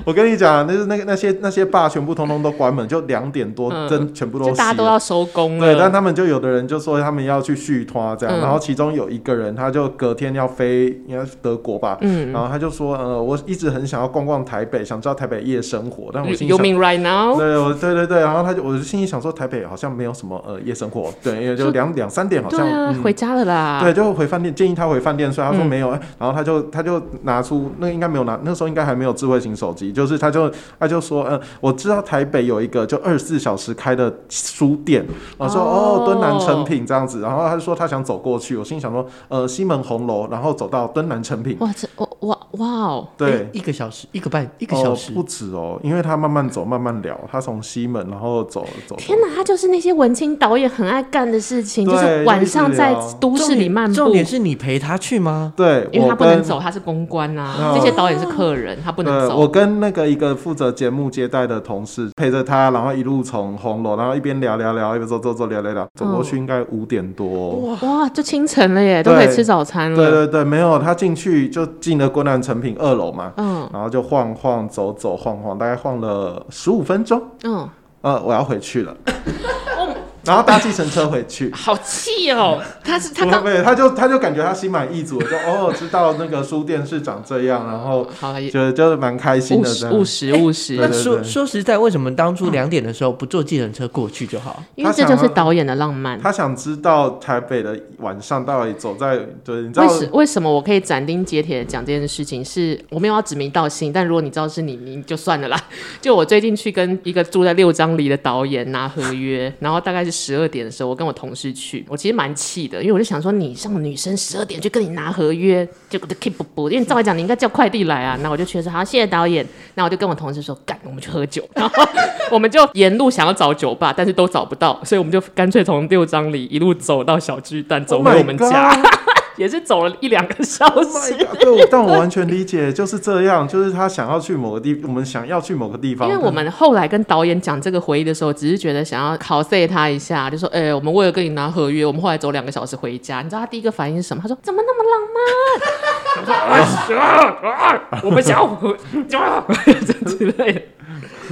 Speaker 3: 我跟你讲，那是那个那些那些坝全部通通都关门，就两点多，
Speaker 2: 嗯
Speaker 3: 真全部都
Speaker 2: 就大家
Speaker 3: 熄
Speaker 2: 都
Speaker 3: 了
Speaker 2: 要收工了。
Speaker 3: 对，但他们就有的人就说他们要去续团这样，
Speaker 2: 嗯
Speaker 3: 然后其中有一个人他就隔天要飞，应该是德国吧，
Speaker 2: 嗯
Speaker 3: 然后他就说呃，我一直很想要逛逛台北，想知道台北夜生活，但我心
Speaker 2: You
Speaker 3: 里想。
Speaker 2: mean right now？
Speaker 3: 对，我对对对，然后他就，我就心里想说，台北好像没有什么呃夜生活，对，因为就
Speaker 2: 就
Speaker 3: 两两三点好
Speaker 2: 对
Speaker 3: 像，
Speaker 2: 啊，
Speaker 3: 嗯
Speaker 2: 回家了啦。
Speaker 3: 对，就回饭店，建议他回饭店睡。他说
Speaker 2: 嗯
Speaker 3: 没有，哎然后他就他就拿出那个应该没有拿，那时候应该还没有智慧型手机，就是他就他就说，嗯，我知道台北有一个就二十四小时开的书店，我说
Speaker 2: 哦
Speaker 3: 哦，敦南成品这样子，然后他就说他想走过去，我心里想说，呃，西门红楼，然后走到敦南成品，
Speaker 2: 哇，这我哇哇哦，
Speaker 3: 对。
Speaker 1: 一个小时，一个半，一个小时
Speaker 3: 哦、不。止哦，因为他慢慢走，慢慢聊。他从西门，然后走走。
Speaker 2: 天哪，他就是那些文青导演很爱干的事情，
Speaker 3: 对
Speaker 2: 就是晚上在都
Speaker 1: 重
Speaker 2: 市里
Speaker 1: 点
Speaker 2: 漫步
Speaker 1: 重。点是你陪他去吗？
Speaker 3: 对，
Speaker 2: 因为他
Speaker 3: 我
Speaker 2: 不能
Speaker 3: 跟
Speaker 2: 走，他是公关啊
Speaker 3: 哦，
Speaker 2: 这些导演是客人，他不能
Speaker 3: 呃，
Speaker 2: 走
Speaker 3: 我。跟那个一个负责节目接待的同事陪着他，然后一路从红楼，然后一边聊聊聊，一边走走走聊聊聊，走过去应该五点多。
Speaker 2: 哇，就清晨了耶，都可以吃早餐了。
Speaker 3: 对对对，没有，他进去就进了国南成品二楼嘛，
Speaker 2: 嗯
Speaker 3: 然后就晃晃走走晃晃，大概晃了十五分钟。
Speaker 2: 嗯，。
Speaker 3: 呃，我要回去了。然后搭计程车回去
Speaker 2: 好气哦！他是他
Speaker 3: 不会不
Speaker 2: 刚
Speaker 3: 会，他就他就感觉他心满意足，就哦知道那个书店是长这样，然后
Speaker 2: 好了，也
Speaker 3: 觉得就是蛮开心
Speaker 2: 务
Speaker 3: 的
Speaker 2: 实
Speaker 3: 这
Speaker 2: 务
Speaker 3: 样。
Speaker 2: 实务实，
Speaker 3: 对
Speaker 1: 那
Speaker 3: 对嗯
Speaker 1: 说
Speaker 3: 对
Speaker 1: 说实在，为什么当初两点的时候不坐计程车过去就好？
Speaker 2: 因为
Speaker 3: 他
Speaker 2: 这
Speaker 3: 想
Speaker 2: 就是
Speaker 3: 要
Speaker 2: 导演的浪漫。
Speaker 3: 他想知道台北的晚上到底走在，对，你知道
Speaker 2: 为什为什么我可以斩钉截铁的讲这件事情？是我没有要指名道姓，但如果你知道是你，你就算了啦。 就我最近去跟一个住在六张里的导演拿合约，然后大概是十二点的时候，我跟我同事去，我其实蛮气的，因为我就想说，你像女生十二点就跟你拿合约，结果就 keep 不不，因为照来讲你应该叫快递来啊。那我就去说好，谢谢导演。那我就跟我同事说，干，我们去喝酒。 然后我们就沿路想要找酒吧，但是都找不到，所以我们就干脆从六张里一路走到小巨蛋，走
Speaker 3: Oh
Speaker 2: 回
Speaker 3: my
Speaker 2: 我们家。
Speaker 3: God
Speaker 2: 也是走了一两个小
Speaker 3: Oh My
Speaker 2: 时。
Speaker 3: God，对，我但我完全理解，就是这样，就是他想要去某个地，我们想要去某个地
Speaker 2: 因
Speaker 3: 方，
Speaker 2: 为我们后来跟导演讲这个回忆的时候，只是觉得想要 cos 他一下，就说：“哎、我们为了跟你拿合约，我们后来走两个小时回家。”你知道他第一个反应是什么？他说：“怎么那么浪漫？” 我说：“啊，啊我们想要 回家这之类的。”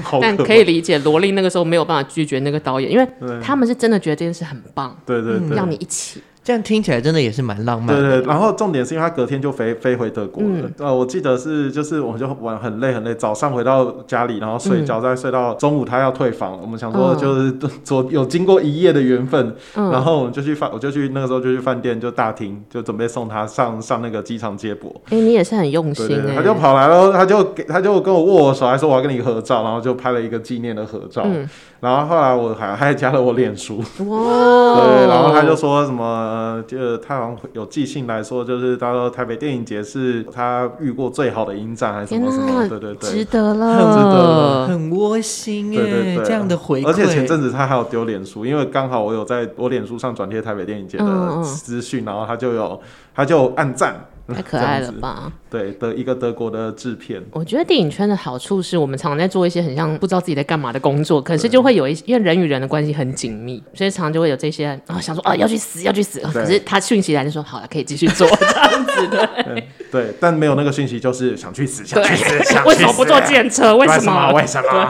Speaker 3: 好
Speaker 2: 但
Speaker 3: 可
Speaker 2: 可以理解罗莉那个时候没有办法拒绝那个导演，因为
Speaker 3: 对
Speaker 2: 他们是真的觉得这件事很棒，
Speaker 3: 对对对，
Speaker 2: 让你一起。
Speaker 1: 这样听起来真的也是蛮浪漫
Speaker 3: 对
Speaker 1: 的。
Speaker 3: 对，然后重点是因为他隔天就飞飞回德国
Speaker 2: 嗯
Speaker 3: 了。呃，我记得是就是我们就玩很累很累，早上回到家里，然后睡觉，再睡到中午他要退房了。我们想说
Speaker 2: 嗯
Speaker 3: 就是昨有经过一夜的缘分，
Speaker 2: 嗯
Speaker 3: 然后我们就去饭，我就去那个时候就去饭店就大厅就准备送他上上那个机场接驳。
Speaker 2: 哎、你也是很用心
Speaker 3: 对对
Speaker 2: 哎、
Speaker 3: 对，他就跑来了，他就给他就跟我握我手，还说我要跟你合照，然后就拍了一个纪念的合照。
Speaker 2: 嗯
Speaker 3: 然后后来我还还加了我脸书，
Speaker 2: 哇哦，
Speaker 3: 对，然后他就说什么，呃就他好像有寄信来说，就是他说台北电影节是他遇过最好的影展，还是什
Speaker 2: 天
Speaker 3: 么什么，
Speaker 2: 哪，
Speaker 3: 对对
Speaker 2: 值
Speaker 3: 对。
Speaker 2: 得
Speaker 3: 了
Speaker 2: 了，
Speaker 1: 很窝心
Speaker 3: 对对
Speaker 1: 哎，
Speaker 3: 对，
Speaker 1: 这样的回馈。
Speaker 3: 而且前阵子他还有丢脸书，因为刚好我有在我脸书上转贴台北电影节
Speaker 2: 嗯
Speaker 3: 的
Speaker 2: 嗯
Speaker 3: 资讯，然后他就有他就按赞，
Speaker 2: 太可爱了
Speaker 3: 这样子？
Speaker 2: 吧！
Speaker 3: 对的一个德国的制片，
Speaker 2: 我觉得电影圈的好处是我们常常在做一些很像不知道自己在干嘛的工作，可是就会有一些，因为人与人的关系很紧密，所以常常就会有这些啊，想说啊要去死要去死，可是他讯息来就说好了可以继续做这样子的，
Speaker 3: 对，但没有那个讯息，就是想去死，想去死，
Speaker 2: 对，
Speaker 3: 想
Speaker 2: 为
Speaker 3: 去
Speaker 2: 什么不
Speaker 3: 死啊
Speaker 2: 坐电车？为什么？
Speaker 3: 为什么？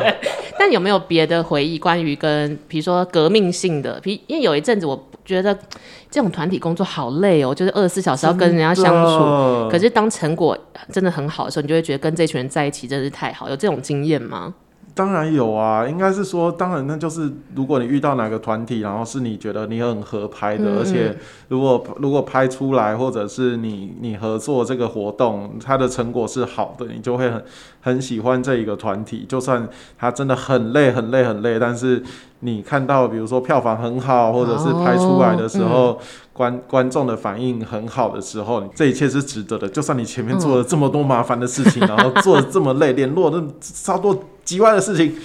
Speaker 2: 但有没有别的回忆关于跟比如说革命性的？比因为有一阵子我觉得这种团体工作好累哦，就是二十四小时要跟人家相处，
Speaker 3: 处
Speaker 2: 可是当成果真的很好的时候，你就会觉得跟这群人在一起真的是太好，有这种经验吗？
Speaker 3: 当然有啊，应该是说，当然那就是如果你遇到哪个团体，然后是你觉得你很合拍的，
Speaker 2: 嗯嗯
Speaker 3: 而且如果如果拍出来，或者是你你合作这个活动，它的成果是好的，你就会很很喜欢这一个团体，就算它真的很累很累很累，但是。你看到，比如说票房很好，或者是拍出来的时候，观观众的反应很好的时候，这一切是值得的。就算你前面做了这么多麻烦的事情，然后做了这么累，联络那超多叽歪的事情，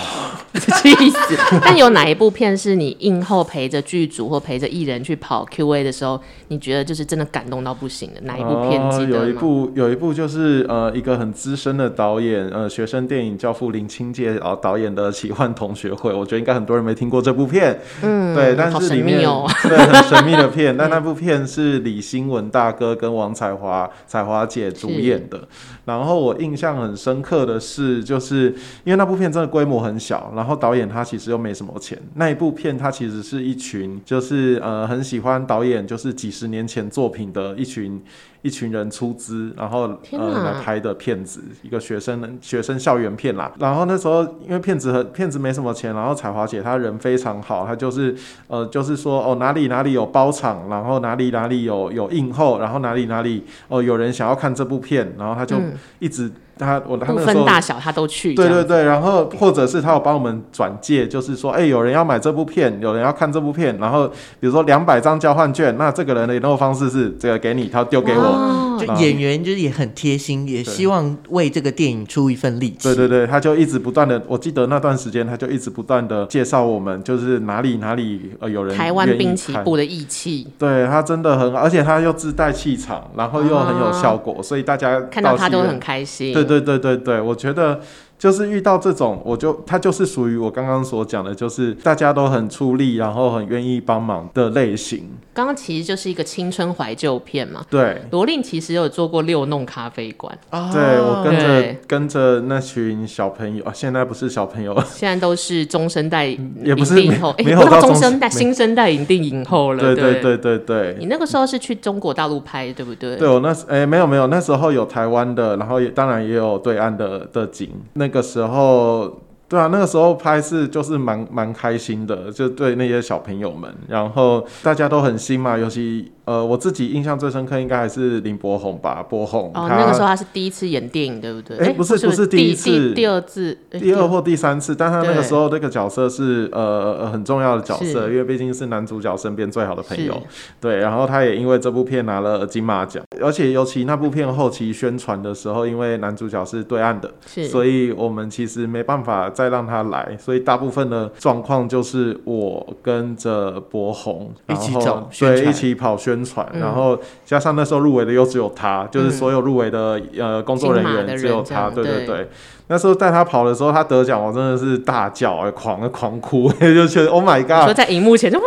Speaker 2: 气死！但有哪一部片是你映后陪着剧组或陪着艺人去跑 Q&A 的时候，你觉得就是真的感动到不行的？哪一部片记得吗？
Speaker 3: 呃有一部有一部就是呃一个很资深的导演，呃学生电影教父林清介然后导演的《奇幻同学会》，我觉得应该很多人没听过这部片，嗯，对，但
Speaker 2: 好
Speaker 3: 是
Speaker 2: 神
Speaker 3: 里
Speaker 2: 秘
Speaker 3: 面、
Speaker 2: 哦
Speaker 3: 对很神秘的片，但那部片是李新文大哥跟王彩华彩华姐主演的。然后我印象很深刻的是，就是因为那部片真的规模很小，然后导演他其实又没什么钱。那一部片他其实是一群就是呃很喜欢导演就是几十年前作品的一群一群人出资，然后
Speaker 2: 天
Speaker 3: 呃
Speaker 2: 哪
Speaker 3: 来拍的片子，一个学生学生校园片啦。然后那时候因为片子很片子没什么钱，然后彩华姐她人非常好，她就是呃就是说哦哪里哪里有包场，然后哪里哪里有有映后，然后哪里哪里哦有人想要看这部片，然后她
Speaker 2: 嗯
Speaker 3: 就一直、她我她
Speaker 2: 不
Speaker 3: 那个时
Speaker 2: 分
Speaker 3: 候
Speaker 2: 大小他都去，
Speaker 3: 对
Speaker 2: 这
Speaker 3: 对
Speaker 2: 样
Speaker 3: 对，然后或者是他有帮我们转介，就是说，哎、有人要买这部片，有人要看这部片，然后比如说两百张交换券，那这个人的联络方式是这个给你，他丢给我。
Speaker 2: 哇
Speaker 1: 就演员就是也很贴心，也
Speaker 3: 嗯对
Speaker 1: 希望为这个电影出一份力气。
Speaker 3: 对对对，他就一直不断的，我记得那段时间他就一直不断的介绍我们，就是哪里哪里呃有人
Speaker 2: 台湾
Speaker 3: 愿意
Speaker 2: 滨崎
Speaker 3: 看
Speaker 2: 步的义气，
Speaker 3: 对他真的很，而且他又自带气场，然后又很有效果，所以大家
Speaker 2: 哦看到
Speaker 3: 到
Speaker 2: 他
Speaker 3: 戏
Speaker 2: 都
Speaker 3: 院
Speaker 2: 很开心。
Speaker 3: 对对对对对，我觉得就是遇到这种，我就它就是属于我刚刚所讲的，就是大家都很出力，然后很愿意帮忙的类型。
Speaker 2: 刚刚其实就是一个青春怀旧片嘛。
Speaker 3: 对，
Speaker 2: 罗令其实有做过六弄咖啡馆，
Speaker 1: 啊
Speaker 3: 对我跟着
Speaker 2: 对
Speaker 3: 跟着那群小朋友，啊，现在不是小朋友，
Speaker 2: 现在都是中生代
Speaker 3: 也
Speaker 2: 影
Speaker 3: 不是
Speaker 2: 帝影后，哎，
Speaker 3: 没没有
Speaker 2: 不
Speaker 3: 到
Speaker 2: 中
Speaker 3: 中
Speaker 2: 生代，
Speaker 3: 没
Speaker 2: 新生代影帝影后了。
Speaker 3: 对
Speaker 2: 对
Speaker 3: 对对对对。
Speaker 2: 你那个时候是去中国大陆拍，对不对？
Speaker 3: 对我那时诶、没有没有，那时候有台湾的，然后也当然也有对岸的的景。那个时候，对啊，那个时候拍是就是蛮蛮开心的，就对那些小朋友们，然后大家都很新嘛，尤其呃我自己印象最深刻应该还是林柏宏吧，柏宏、
Speaker 2: 哦，
Speaker 3: 他
Speaker 2: 那个时候他是第一次演电影，对不对？
Speaker 3: 哎
Speaker 2: 哎，
Speaker 3: 不是不是第
Speaker 2: 第
Speaker 3: 一次
Speaker 2: 第二次，哎
Speaker 3: 第二或第三次，但他那
Speaker 2: 对
Speaker 3: 个时候那个角色是呃呃很重要的角色，
Speaker 2: 是
Speaker 3: 因为毕竟是男主角身边最好的朋友
Speaker 2: 是，
Speaker 3: 对。然后他也因为这部片拿了金马奖，而且尤其那部片后期宣传的时候，因为男主角是对岸的，
Speaker 2: 是
Speaker 3: 所以我们其实没办法再让他来，所以大部分的状况就是我跟着博宏
Speaker 1: 一
Speaker 3: 然
Speaker 1: 起
Speaker 3: 后
Speaker 1: 找宣
Speaker 3: 对
Speaker 1: 传
Speaker 3: 一起跑宣传，
Speaker 2: 嗯
Speaker 3: 然后加上那时候入围的又只有他，就是所有入围的呃工作人
Speaker 2: 金马的
Speaker 3: 员
Speaker 2: 人
Speaker 3: 只有
Speaker 2: 这
Speaker 3: 他，
Speaker 2: 样
Speaker 3: 对
Speaker 2: 对
Speaker 3: 对。那时候带他跑的时候，他得奖，我真的是大叫、哎，狂狂哭， 就觉得 Oh my
Speaker 2: 说
Speaker 3: God！
Speaker 2: 在荧幕前就 哇，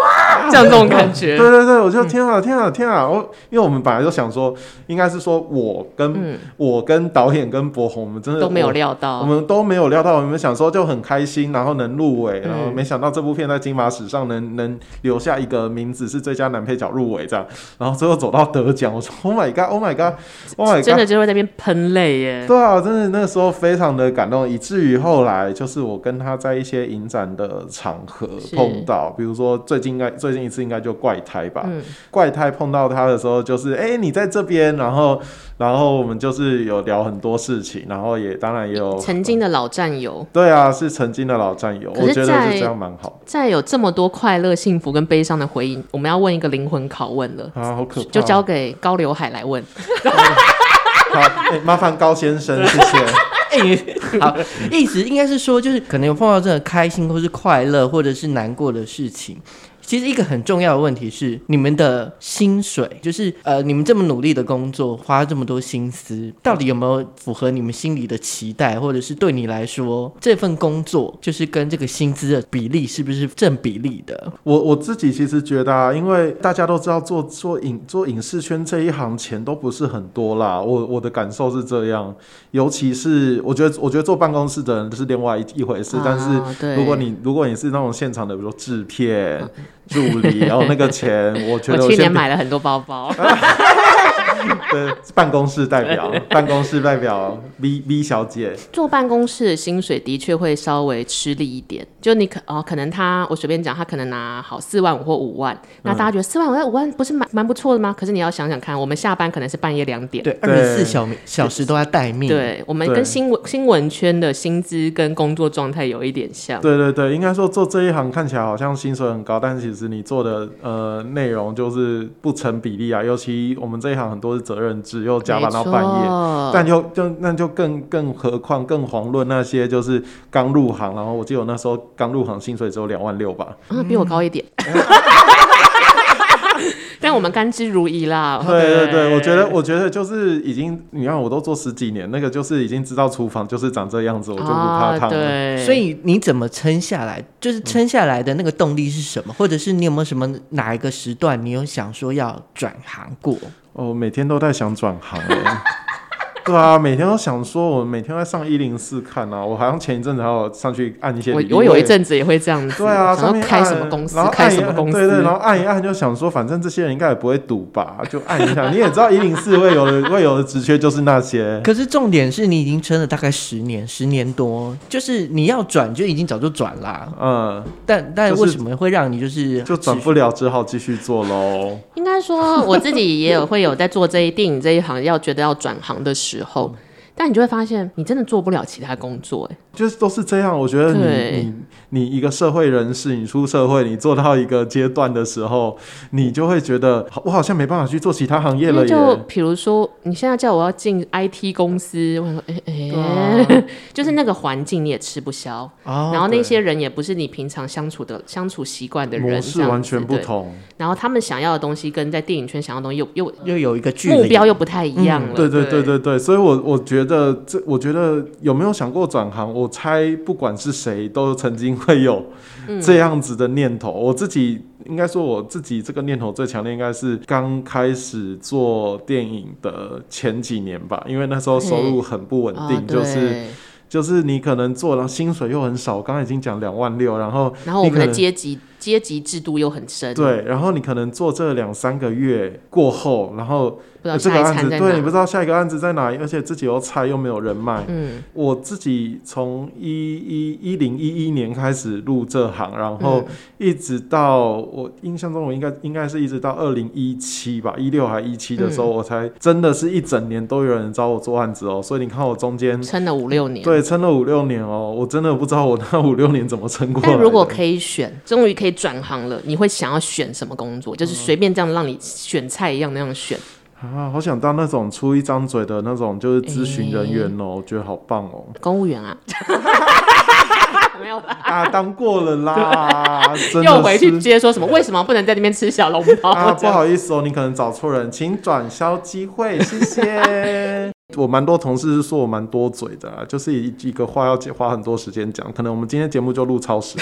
Speaker 2: 这样这种感
Speaker 3: 对
Speaker 2: 觉。
Speaker 3: 对对，我就天啊天啊天啊！我因为我们本来就想说，应该是说我跟、
Speaker 2: 嗯，
Speaker 3: 我跟导演跟博宏，我们真的
Speaker 2: 都没有
Speaker 3: 我
Speaker 2: 料
Speaker 3: 我
Speaker 2: 到，
Speaker 3: 们都没有料到，我们想说就很开心，然后能入围，
Speaker 2: 嗯
Speaker 3: 然后没想到这部片在金马史上能能留下一个名字是最佳男配角入围这样，然后最后走到得奖，我说 Oh my God，Oh my God，Oh my
Speaker 2: 真
Speaker 3: God。
Speaker 2: 的就会在那边喷泪耶。
Speaker 3: 对啊，真的那时候非常的感动，以至于后来就是我跟他在一些影展的场合
Speaker 2: 是
Speaker 3: 碰到，比如说最近应该最近一次应该就怪胎吧，
Speaker 2: 嗯，
Speaker 3: 怪胎碰到他的时候，就是哎、诶你在这边，然后然后我们就是有聊很多事情，然后也当然也有
Speaker 2: 曾经的老战友，
Speaker 3: 对啊，是曾经的老战友，
Speaker 2: 可是
Speaker 3: 我觉得
Speaker 2: 在
Speaker 3: 是这样蛮好
Speaker 2: 在有这么多快乐、幸福跟悲伤的回忆，我们要问一个灵魂拷问了，
Speaker 3: 的啊，好可怕哦。
Speaker 2: 就交给高刘海来问。
Speaker 3: 好、哎麻烦高先生，谢谢。
Speaker 1: 哎、 好，意思应该是说，就是可能有碰到这种开心或是快乐或者是难过的事情。其实一个很重要的问题是，你们的薪水，就是呃，你们这么努力的工作，花这么多心思，到底有没有符合你们心里的期待，或者是对你来说，这份工作就是跟这个薪资的比例是不是正比例的？
Speaker 3: 我我自己其实觉得啊，因为大家都知道做做影做影视圈这一行钱都不是很多啦，我我的感受是这样，尤其是我觉得我觉得坐办公室的人是另外一一回事，但是
Speaker 2: 啊对嗯
Speaker 3: 如果你如果你是那种现场的，比如说制片、助理，然后那个钱，我觉
Speaker 2: 我
Speaker 3: 得
Speaker 2: 去年
Speaker 3: 先不
Speaker 2: 买了很多包包，
Speaker 3: 对办公室 代表，办公室代表 V V 小姐，
Speaker 2: 坐办公室的薪水的确会稍微吃力一点。就你可哦，可能他我随便讲，他可能拿好四万五或五万，
Speaker 3: 嗯
Speaker 2: 那大家觉得四万五、五万不是蛮蛮不错的吗？可是你要想想看，我们下班可能是半夜两点。
Speaker 1: 对，二十四小小时都在待命。，
Speaker 2: 对，我们跟
Speaker 3: 对
Speaker 2: 新闻新闻圈的薪资跟工作状态有一点像。
Speaker 3: 对对对，应该说做这一行看起来好像薪水很高，但其实你做的呃内容就是不成比例啊。尤其我们这一行很多是责任制，又加班到半夜，
Speaker 2: 夜。
Speaker 3: 但就就那就更更何况更遑论那些就是刚入行，然后我记得我那时候刚入行薪水只有两万六吧。
Speaker 2: 啊，比我高 一点。但我们甘之如饴啦。
Speaker 3: 对对对，我觉得我觉得就是已经，你看我都做十几年，那个就是已经知道厨房就是长这样子，我就不怕
Speaker 2: 啊，
Speaker 3: 烫了。
Speaker 2: 对，
Speaker 1: 所以你怎么撑下来？就是撑下来的那个动力是什么？或者是你有没有什么哪一个时段你有想说要转行过？
Speaker 3: 哦，每天都在想转行哎。 对啊，每天都想说，我每天在上一零四看啊，我好像前一阵子还有上去按一些
Speaker 2: 我
Speaker 3: 履历
Speaker 2: 我有一
Speaker 3: 也
Speaker 2: 阵子也会这样子，
Speaker 3: 对啊，
Speaker 2: 想
Speaker 3: 上
Speaker 2: 要
Speaker 3: 面
Speaker 2: 开什么
Speaker 3: 按
Speaker 2: 公司
Speaker 3: 然后，
Speaker 2: 开
Speaker 3: 按一
Speaker 2: 什么公司，
Speaker 3: 对啊对，然后按一按就想说，反正这些人应该也不会赌吧，就按一下。你也知道一零四会有的会有的职缺就是那些，
Speaker 1: 可是重点是你已经撑了大概十年，十年多，就是你要转就已经早就转啦。
Speaker 3: 嗯，
Speaker 1: 但但
Speaker 3: 就是
Speaker 1: 为什么会让你就是
Speaker 3: 就转不了，只好继续做喽。
Speaker 2: 应该说我自己也有会有在做这一电影这一行，要觉得要转行的时候。但你就会发现，你真的做不了其他工作、哎，
Speaker 3: 就是都是这样，我觉得
Speaker 2: 对
Speaker 3: 你你你一个社会人士，你出社会，你做到一个阶段的时候，你就会觉得好我好像没办法去做其他行业
Speaker 2: 因
Speaker 3: 了
Speaker 2: 为
Speaker 3: 耶。
Speaker 2: 就比如说，你现在叫我要进 IT 公司，我想说，哎、哎、 就是那个环境你也吃不消，
Speaker 1: 啊、
Speaker 2: 然后那
Speaker 3: 对
Speaker 2: 些人也不是你平常相处的相处习惯的
Speaker 3: 模
Speaker 2: 人，
Speaker 3: 式完全
Speaker 2: 这
Speaker 3: 不
Speaker 2: 样子。
Speaker 3: 同。
Speaker 2: 对然后他们想要的东西跟在电影圈想要的东西又又
Speaker 1: 又有一个距离
Speaker 2: 目标又不太一样了，
Speaker 3: 嗯对对
Speaker 2: 对
Speaker 3: 对对对，所以我我觉得这，我觉得有没有想过转行？我猜不管是谁，都曾经会有
Speaker 2: 嗯
Speaker 3: 这样子的念头。我自己应该说，我自己这个念头最强烈，应该是刚开始做电影的前几年吧，因为那时候收入很不稳定，
Speaker 2: 啊
Speaker 3: 就是
Speaker 2: 对
Speaker 3: 就是你可能做，然后薪水又很少。我刚刚已经讲两万六，然后
Speaker 2: 然后我
Speaker 3: 你
Speaker 2: 们
Speaker 3: 可
Speaker 2: 的
Speaker 3: 能
Speaker 2: 阶级阶级制度又很深，，
Speaker 3: 对，然后你可能做这两三个月过后，然后呃
Speaker 2: 不知道
Speaker 3: 这个
Speaker 2: 下一
Speaker 3: 案
Speaker 2: 餐
Speaker 3: 子，
Speaker 2: 在
Speaker 3: 对你不
Speaker 2: 哪。
Speaker 3: 知道下一个案子在哪里，而且自己又菜又没有人脉。
Speaker 2: 嗯，
Speaker 3: 我自己从一一一零一一年开始入这行，然
Speaker 2: 嗯
Speaker 3: 后一直到我印象中，我应该应该是一直到二零一七吧，一六还一七的时候，
Speaker 2: 嗯
Speaker 3: 我才真的是一整年都有人找我做案子哦。所以你看我中间
Speaker 2: 撑了五六年。
Speaker 3: 对撑了五六年哦，我真的不知道我那五六年怎么撑过来的。
Speaker 2: 但如果可以选，终于可以转行了，你会想要选什么工作？就是随便这样让你选菜一样那样选。
Speaker 3: 啊，好想当那种出一张嘴的那种，就是咨询人员哦，我觉得好棒哦。
Speaker 2: 公务员啊，没有啦，
Speaker 3: 啊，当过了 啦，真
Speaker 2: 又回
Speaker 3: 的
Speaker 2: 去
Speaker 3: 是。
Speaker 2: 接说什么？为什么不能在那边吃小笼包？
Speaker 3: 啊，
Speaker 2: 这
Speaker 3: 不
Speaker 2: 样
Speaker 3: 好意思哦，你可能找错人，请转销机会，谢谢。 我蛮多同事是说我蛮多嘴的啦，就是一一个话要讲花很多时间讲，可能我们今天节目就录超时。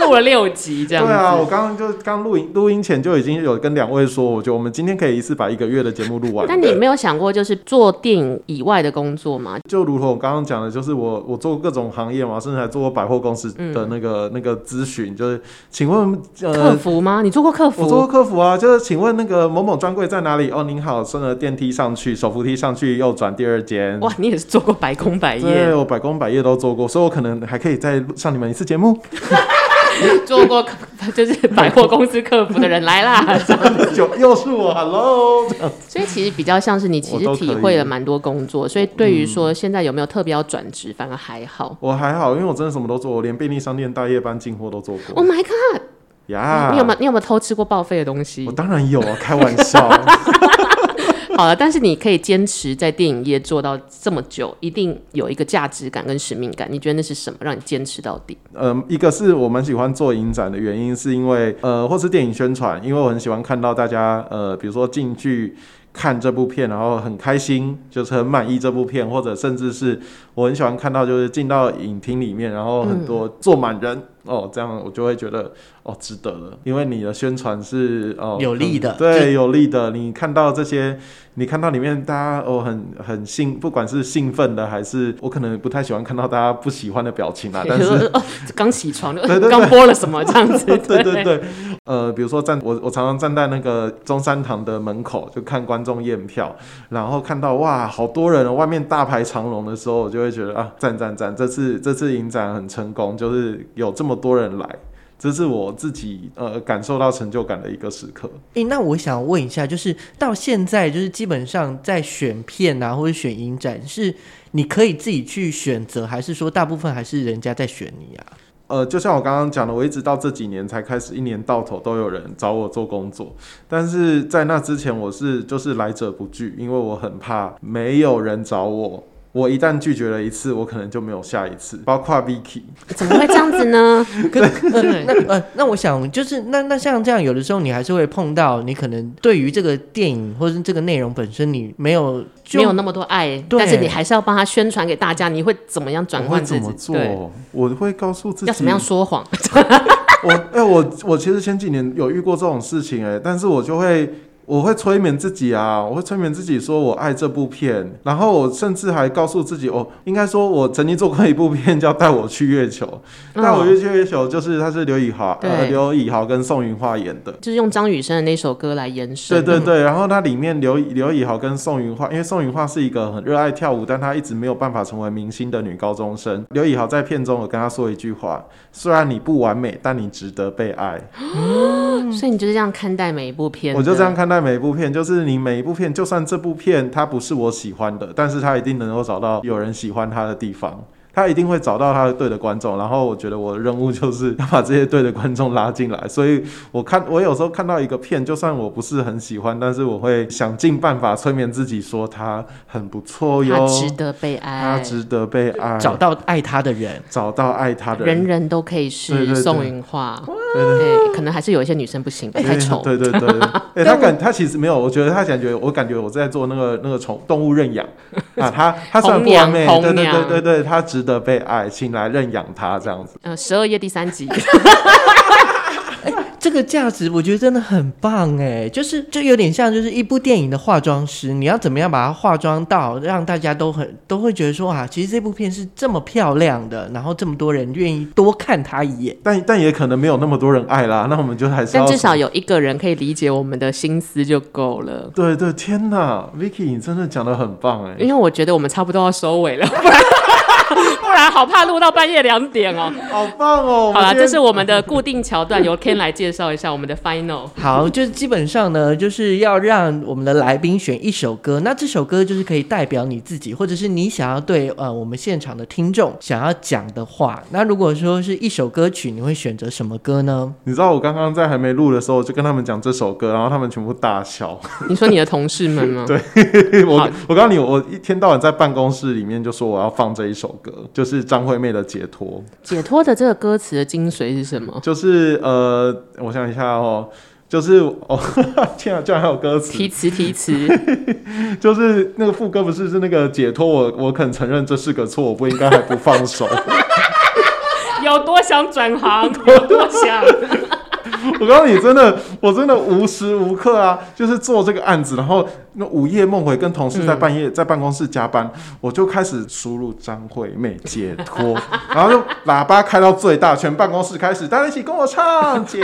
Speaker 2: 录了六集这
Speaker 3: 对
Speaker 2: 样子。
Speaker 3: 啊，我刚刚就刚录音录音前就已经有跟两位说，我觉得我们今天可以一次把一个月的节目录完。
Speaker 2: 但你没有想过，就是做电影以外的工作吗？
Speaker 3: 就如同我刚刚讲的，就是我我做过各种行业嘛，甚至还做过百货公司的那个、那个咨询，就是请问
Speaker 2: 嗯客
Speaker 3: 呃，
Speaker 2: 服吗？你做过客
Speaker 3: 我做过
Speaker 2: 服？
Speaker 3: 客服啊，就是请问那个某某专柜在哪里？哦，您好，顺着电梯上去，手扶梯上去，右转第二间。
Speaker 2: 哇，你也是做过白工白
Speaker 3: 对，
Speaker 2: 夜，
Speaker 3: 我百工百业都做过，所以我可能还可以再上你们一次节目，
Speaker 2: 做过客 就是百货公司客服的人来 啦。
Speaker 3: 就又是我，Hello，
Speaker 2: 所以其实比较像是你其实
Speaker 3: 我都可以
Speaker 2: 体会了蛮多工作，所以对于说现在有没有特别要转职，反而还好。
Speaker 3: 我还好，因为我真的什么都做，我连便利商店大夜班进货都做
Speaker 2: Oh
Speaker 3: 过
Speaker 2: my god！、
Speaker 3: 呀。
Speaker 2: 你有没有你有没有偷吃过报废的东西
Speaker 3: 啊我？当然有啊，开玩笑。
Speaker 2: 好了，啊但是你可以坚持在电影业做到这么久，一定有一个价值感跟使命感。你觉得那是什么让你坚持到底？
Speaker 3: 嗯，一个是我蛮喜欢做影展的原因，是因为呃，或是电影宣传，因为我很喜欢看到大家呃，比如说进去看这部片，然后很开心，就是很满意这部片，或者甚至是我很喜欢看到就是进到影厅里面，然后
Speaker 1: 嗯
Speaker 3: 很多坐满人、哦，这样我就会觉得哦，值得了，因为你的宣传是哦
Speaker 1: 有利的
Speaker 3: 很对，有利的，你看到这些。你看到里面大家哦很很兴，不管是兴奋的还是我可能不太喜欢看到大家不喜欢的表 情啦，
Speaker 2: 比
Speaker 3: 但
Speaker 2: 如
Speaker 3: 是
Speaker 2: 说哦，刚起床，呃
Speaker 3: 对对
Speaker 2: 刚播了什么这样子？
Speaker 3: 对对对，呃，比如说站我我常常站在那个中山堂的门口，就看观众验票，然后看到哇好多人哦，外面大排长龙的时候，我就会觉得啊赞赞赞，这次这次影展很成功，就是有这么多人来，这是我自己呃感受到成就感的一个时刻。
Speaker 1: 诶，那我想问一下，就是到现在，就是基本上在选片啊，或者选影展，是你可以自己去选择，还是说大部分还是人家在选你啊？
Speaker 3: 呃，就像我刚刚讲的，我一直到这几年才开始，一年到头都有人找我做工作。但是在那之前，我是就是来者不拒，因为我很怕没有人找我。我一旦拒绝了一次，我可能就没有下一次。包括 Vicky，
Speaker 2: 怎么会这样子呢？对
Speaker 1: 那 呃，那我想就是那那像这样，有的时候你还是会碰到，你可能对于这个电影或是这个内容本身，你没有就
Speaker 2: 没有那么多爱，
Speaker 1: 对
Speaker 2: 但是你还是要帮他宣传给大家，你会怎么样转
Speaker 3: 我会
Speaker 2: 换
Speaker 3: 怎
Speaker 2: 自
Speaker 3: 么
Speaker 2: 己？
Speaker 3: 做
Speaker 2: 对，？
Speaker 3: 我会告诉自己
Speaker 2: 要怎么样说 谎？
Speaker 3: 我哎、我我其实前几年有遇过这种事情哎、但是我就会我会催眠自己啊，我会催眠自己说我爱这部片，然后我甚至还告诉自己，哦，应该说我曾经做过一部片叫《带我去月球》，
Speaker 2: 嗯
Speaker 3: 带我去月球》就是它是刘以豪呃
Speaker 2: 对
Speaker 3: 刘以豪跟宋云桦演的。
Speaker 2: 就是用张雨生的那首歌来延
Speaker 3: 对
Speaker 2: 伸。
Speaker 3: 对对，然后它里面刘刘以豪跟宋云桦，因为宋云桦是一个很热爱跳舞，但她一直没有办法成为明星的女高中生。刘以豪在片中有跟她说一句话：虽然你不完美，但你值得被爱。
Speaker 2: 所以你就是这样看待每一部片，
Speaker 3: 我就这样。看待每一部片，就是你每一部片，就算这部片它不是我喜欢的，但是它一定能够找到有人喜欢它的地方，它一定会找到它的对的观众。然后我觉得我的任务就是要把这些对的观众拉进来，所以我看我有时候看到一个片，就算我不是很喜欢，但是我会想尽办法催眠自己说它很不错哦哟
Speaker 2: 他，值得被
Speaker 3: 它
Speaker 2: 爱，
Speaker 3: 值得被爱，
Speaker 1: 找到爱他的人。
Speaker 3: 找到爱它的
Speaker 2: 人人都可以是
Speaker 3: 对对对
Speaker 2: 宋云画，
Speaker 3: 对对
Speaker 2: 对，可能还是有一些女生不行，
Speaker 3: 对
Speaker 2: 太丑。
Speaker 3: 对对 哎对，哎、他感他其实没有，我觉得他感觉我感觉我在做那个那个宠动物认养，啊，他他虽然不
Speaker 2: 红娘
Speaker 3: 完美，
Speaker 2: 红
Speaker 3: 对对
Speaker 2: 娘
Speaker 3: 对对对，他值得被爱，请来认养他这样子。
Speaker 2: 呃，十二页第三 集，
Speaker 1: 这个价值我觉得真的很棒哎，就是就有点像就是一部电影的化妆师，你要怎么样把它化妆到让大家都很都会觉得说啊，其实这部片是这么漂亮的，然后这么多人愿意多看它一眼。
Speaker 3: 但但也可能没有那么多人爱啦，那我们就还是要
Speaker 2: 但至少有一个人可以理解我们的心思就够了。
Speaker 3: 对对，天哪，Vicky，你真的讲的很棒哎、
Speaker 2: 因为我觉得我们差不多要收尾了， 不然不然好怕录到半夜两点哦。
Speaker 3: 好棒哦！
Speaker 2: 好啦，
Speaker 3: 们今
Speaker 2: 这
Speaker 3: 天
Speaker 2: 是我们的固定桥段，由 Ken 来介绍一下我们的 final。
Speaker 1: 好，就是基本上呢，就是要让我们的来宾选一首歌，那这首歌就是可以代表你自己，或者是你想要对呃我们现场的听众想要讲的话。那如果说是一首歌曲，你会选择什么歌呢？
Speaker 3: 你知道我刚刚在还没录的时候，我就跟他们讲这首歌，然后他们全部大 笑。
Speaker 2: 你说你的同事们吗？对，
Speaker 3: 我我告诉你，我一天到晚在办公室里面就说我要放这一首歌，就是张惠妹的《解脱》，
Speaker 2: 解脱的这个歌词的精髓是什么？
Speaker 3: 就是呃，我想一下哦。就是哦， 天啊，居然还有歌词
Speaker 2: 提！词提词，
Speaker 3: 就是那个副歌不是是那个解脱我，我肯承认这是个错，我不应该还不放手。
Speaker 2: 有多想转行， 有多想。
Speaker 3: 我告诉你，真的，我真的无时无刻啊，就是做这个案子，然后那午夜梦回，跟同事在半夜、在办公室加班，我就开始输入张惠妹解脱，然后就喇叭开到最大，全办公室开始大家一起跟我唱解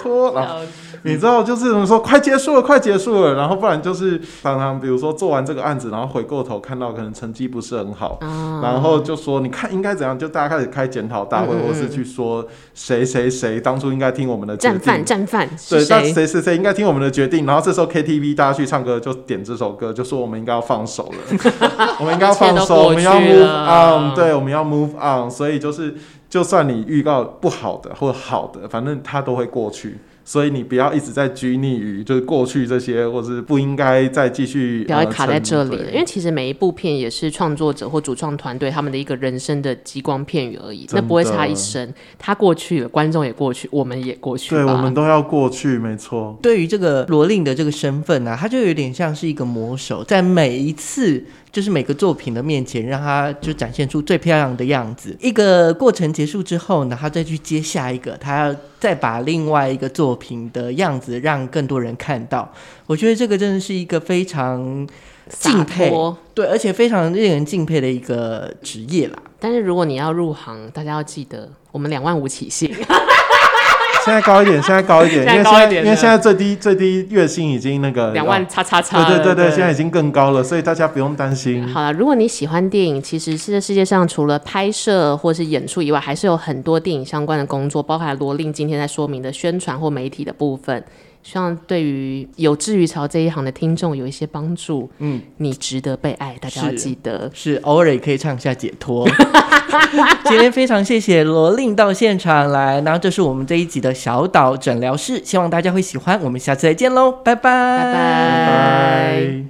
Speaker 3: 脱，然后。 你知道，就是我们说快结束了，快结束了，然后不然就是常常比如说做完这个案子，然后回过头看到可能成绩不是很好，
Speaker 2: 啊
Speaker 3: 然后就说你看应该怎样，就大家开始开检讨大
Speaker 2: 嗯
Speaker 3: 会，或是去说谁谁谁当初应该听我们的决
Speaker 2: 战
Speaker 3: 定
Speaker 2: 犯，。战犯是
Speaker 3: 对，但
Speaker 2: 谁？
Speaker 3: 谁谁谁应该听我们的决定，然后这时候 KTV 大家去唱歌就点这首歌，就说我们应该要放手 了，我们应该要放
Speaker 2: 一切都
Speaker 3: 手，
Speaker 2: 过
Speaker 3: 我们要
Speaker 2: 去
Speaker 3: move
Speaker 2: 了
Speaker 3: on，对，我们要 move on，所以就是就算你预告不好的或好的，反正它都会过去，所以你不要一直在拘泥于就是过去这些，或是不应该再继续
Speaker 2: 不要卡在这里
Speaker 3: 呃
Speaker 2: 了，
Speaker 3: 沉
Speaker 2: 因为其实每一部片也是创作者或主创团队他们的一个人生的极光片语而已，
Speaker 3: 真
Speaker 2: 那
Speaker 3: 的
Speaker 2: 不会是他一生，他过去了，观众也过去，我们也过去
Speaker 3: 对，对我们
Speaker 2: 吧。
Speaker 3: 都要过去，没错。
Speaker 1: 对于这个罗令的这个身份啊，他就有点像是一个魔手，在每一次就是每个作品的面前，让他就展现出最漂亮的样子。一个过程结束之后呢，他再去接下一个，他要再把另外一个作品的样子让更多人看到。我觉得这个真的是一个非常敬
Speaker 2: 洒
Speaker 1: 佩，
Speaker 2: 脱
Speaker 1: 对，而且非常令人敬佩的一个职业啦。
Speaker 2: 但是如果你要入行，大家要记得，我们两万五起薪，
Speaker 3: 现在高一点，现在高一点，因
Speaker 2: 现在
Speaker 3: 为现
Speaker 2: 高一
Speaker 3: 在
Speaker 2: 点
Speaker 3: 因为现在最低最低月薪已经那个
Speaker 2: 两万叉叉叉。
Speaker 3: 啊对对对对，现在已经更高了，所以大家不用担心。
Speaker 2: 好了，如果你喜欢电影，其实是这世界上除了拍摄或是演出以外，还是有很多电影相关的工作，包含罗令今天在说明的宣传或媒体的部分。希望对于有志于朝这一行的听众有一些帮助。嗯，你值得被爱，大家要
Speaker 1: 是
Speaker 2: 记得。
Speaker 1: 是偶尔也可以唱一下解 脱。今天非常谢谢罗令到现场来，然后这是我们这一集的小岛诊疗室，希望大家会喜欢，我们下次再见喽，拜拜，
Speaker 2: 拜
Speaker 3: 拜
Speaker 2: 拜。
Speaker 3: 拜。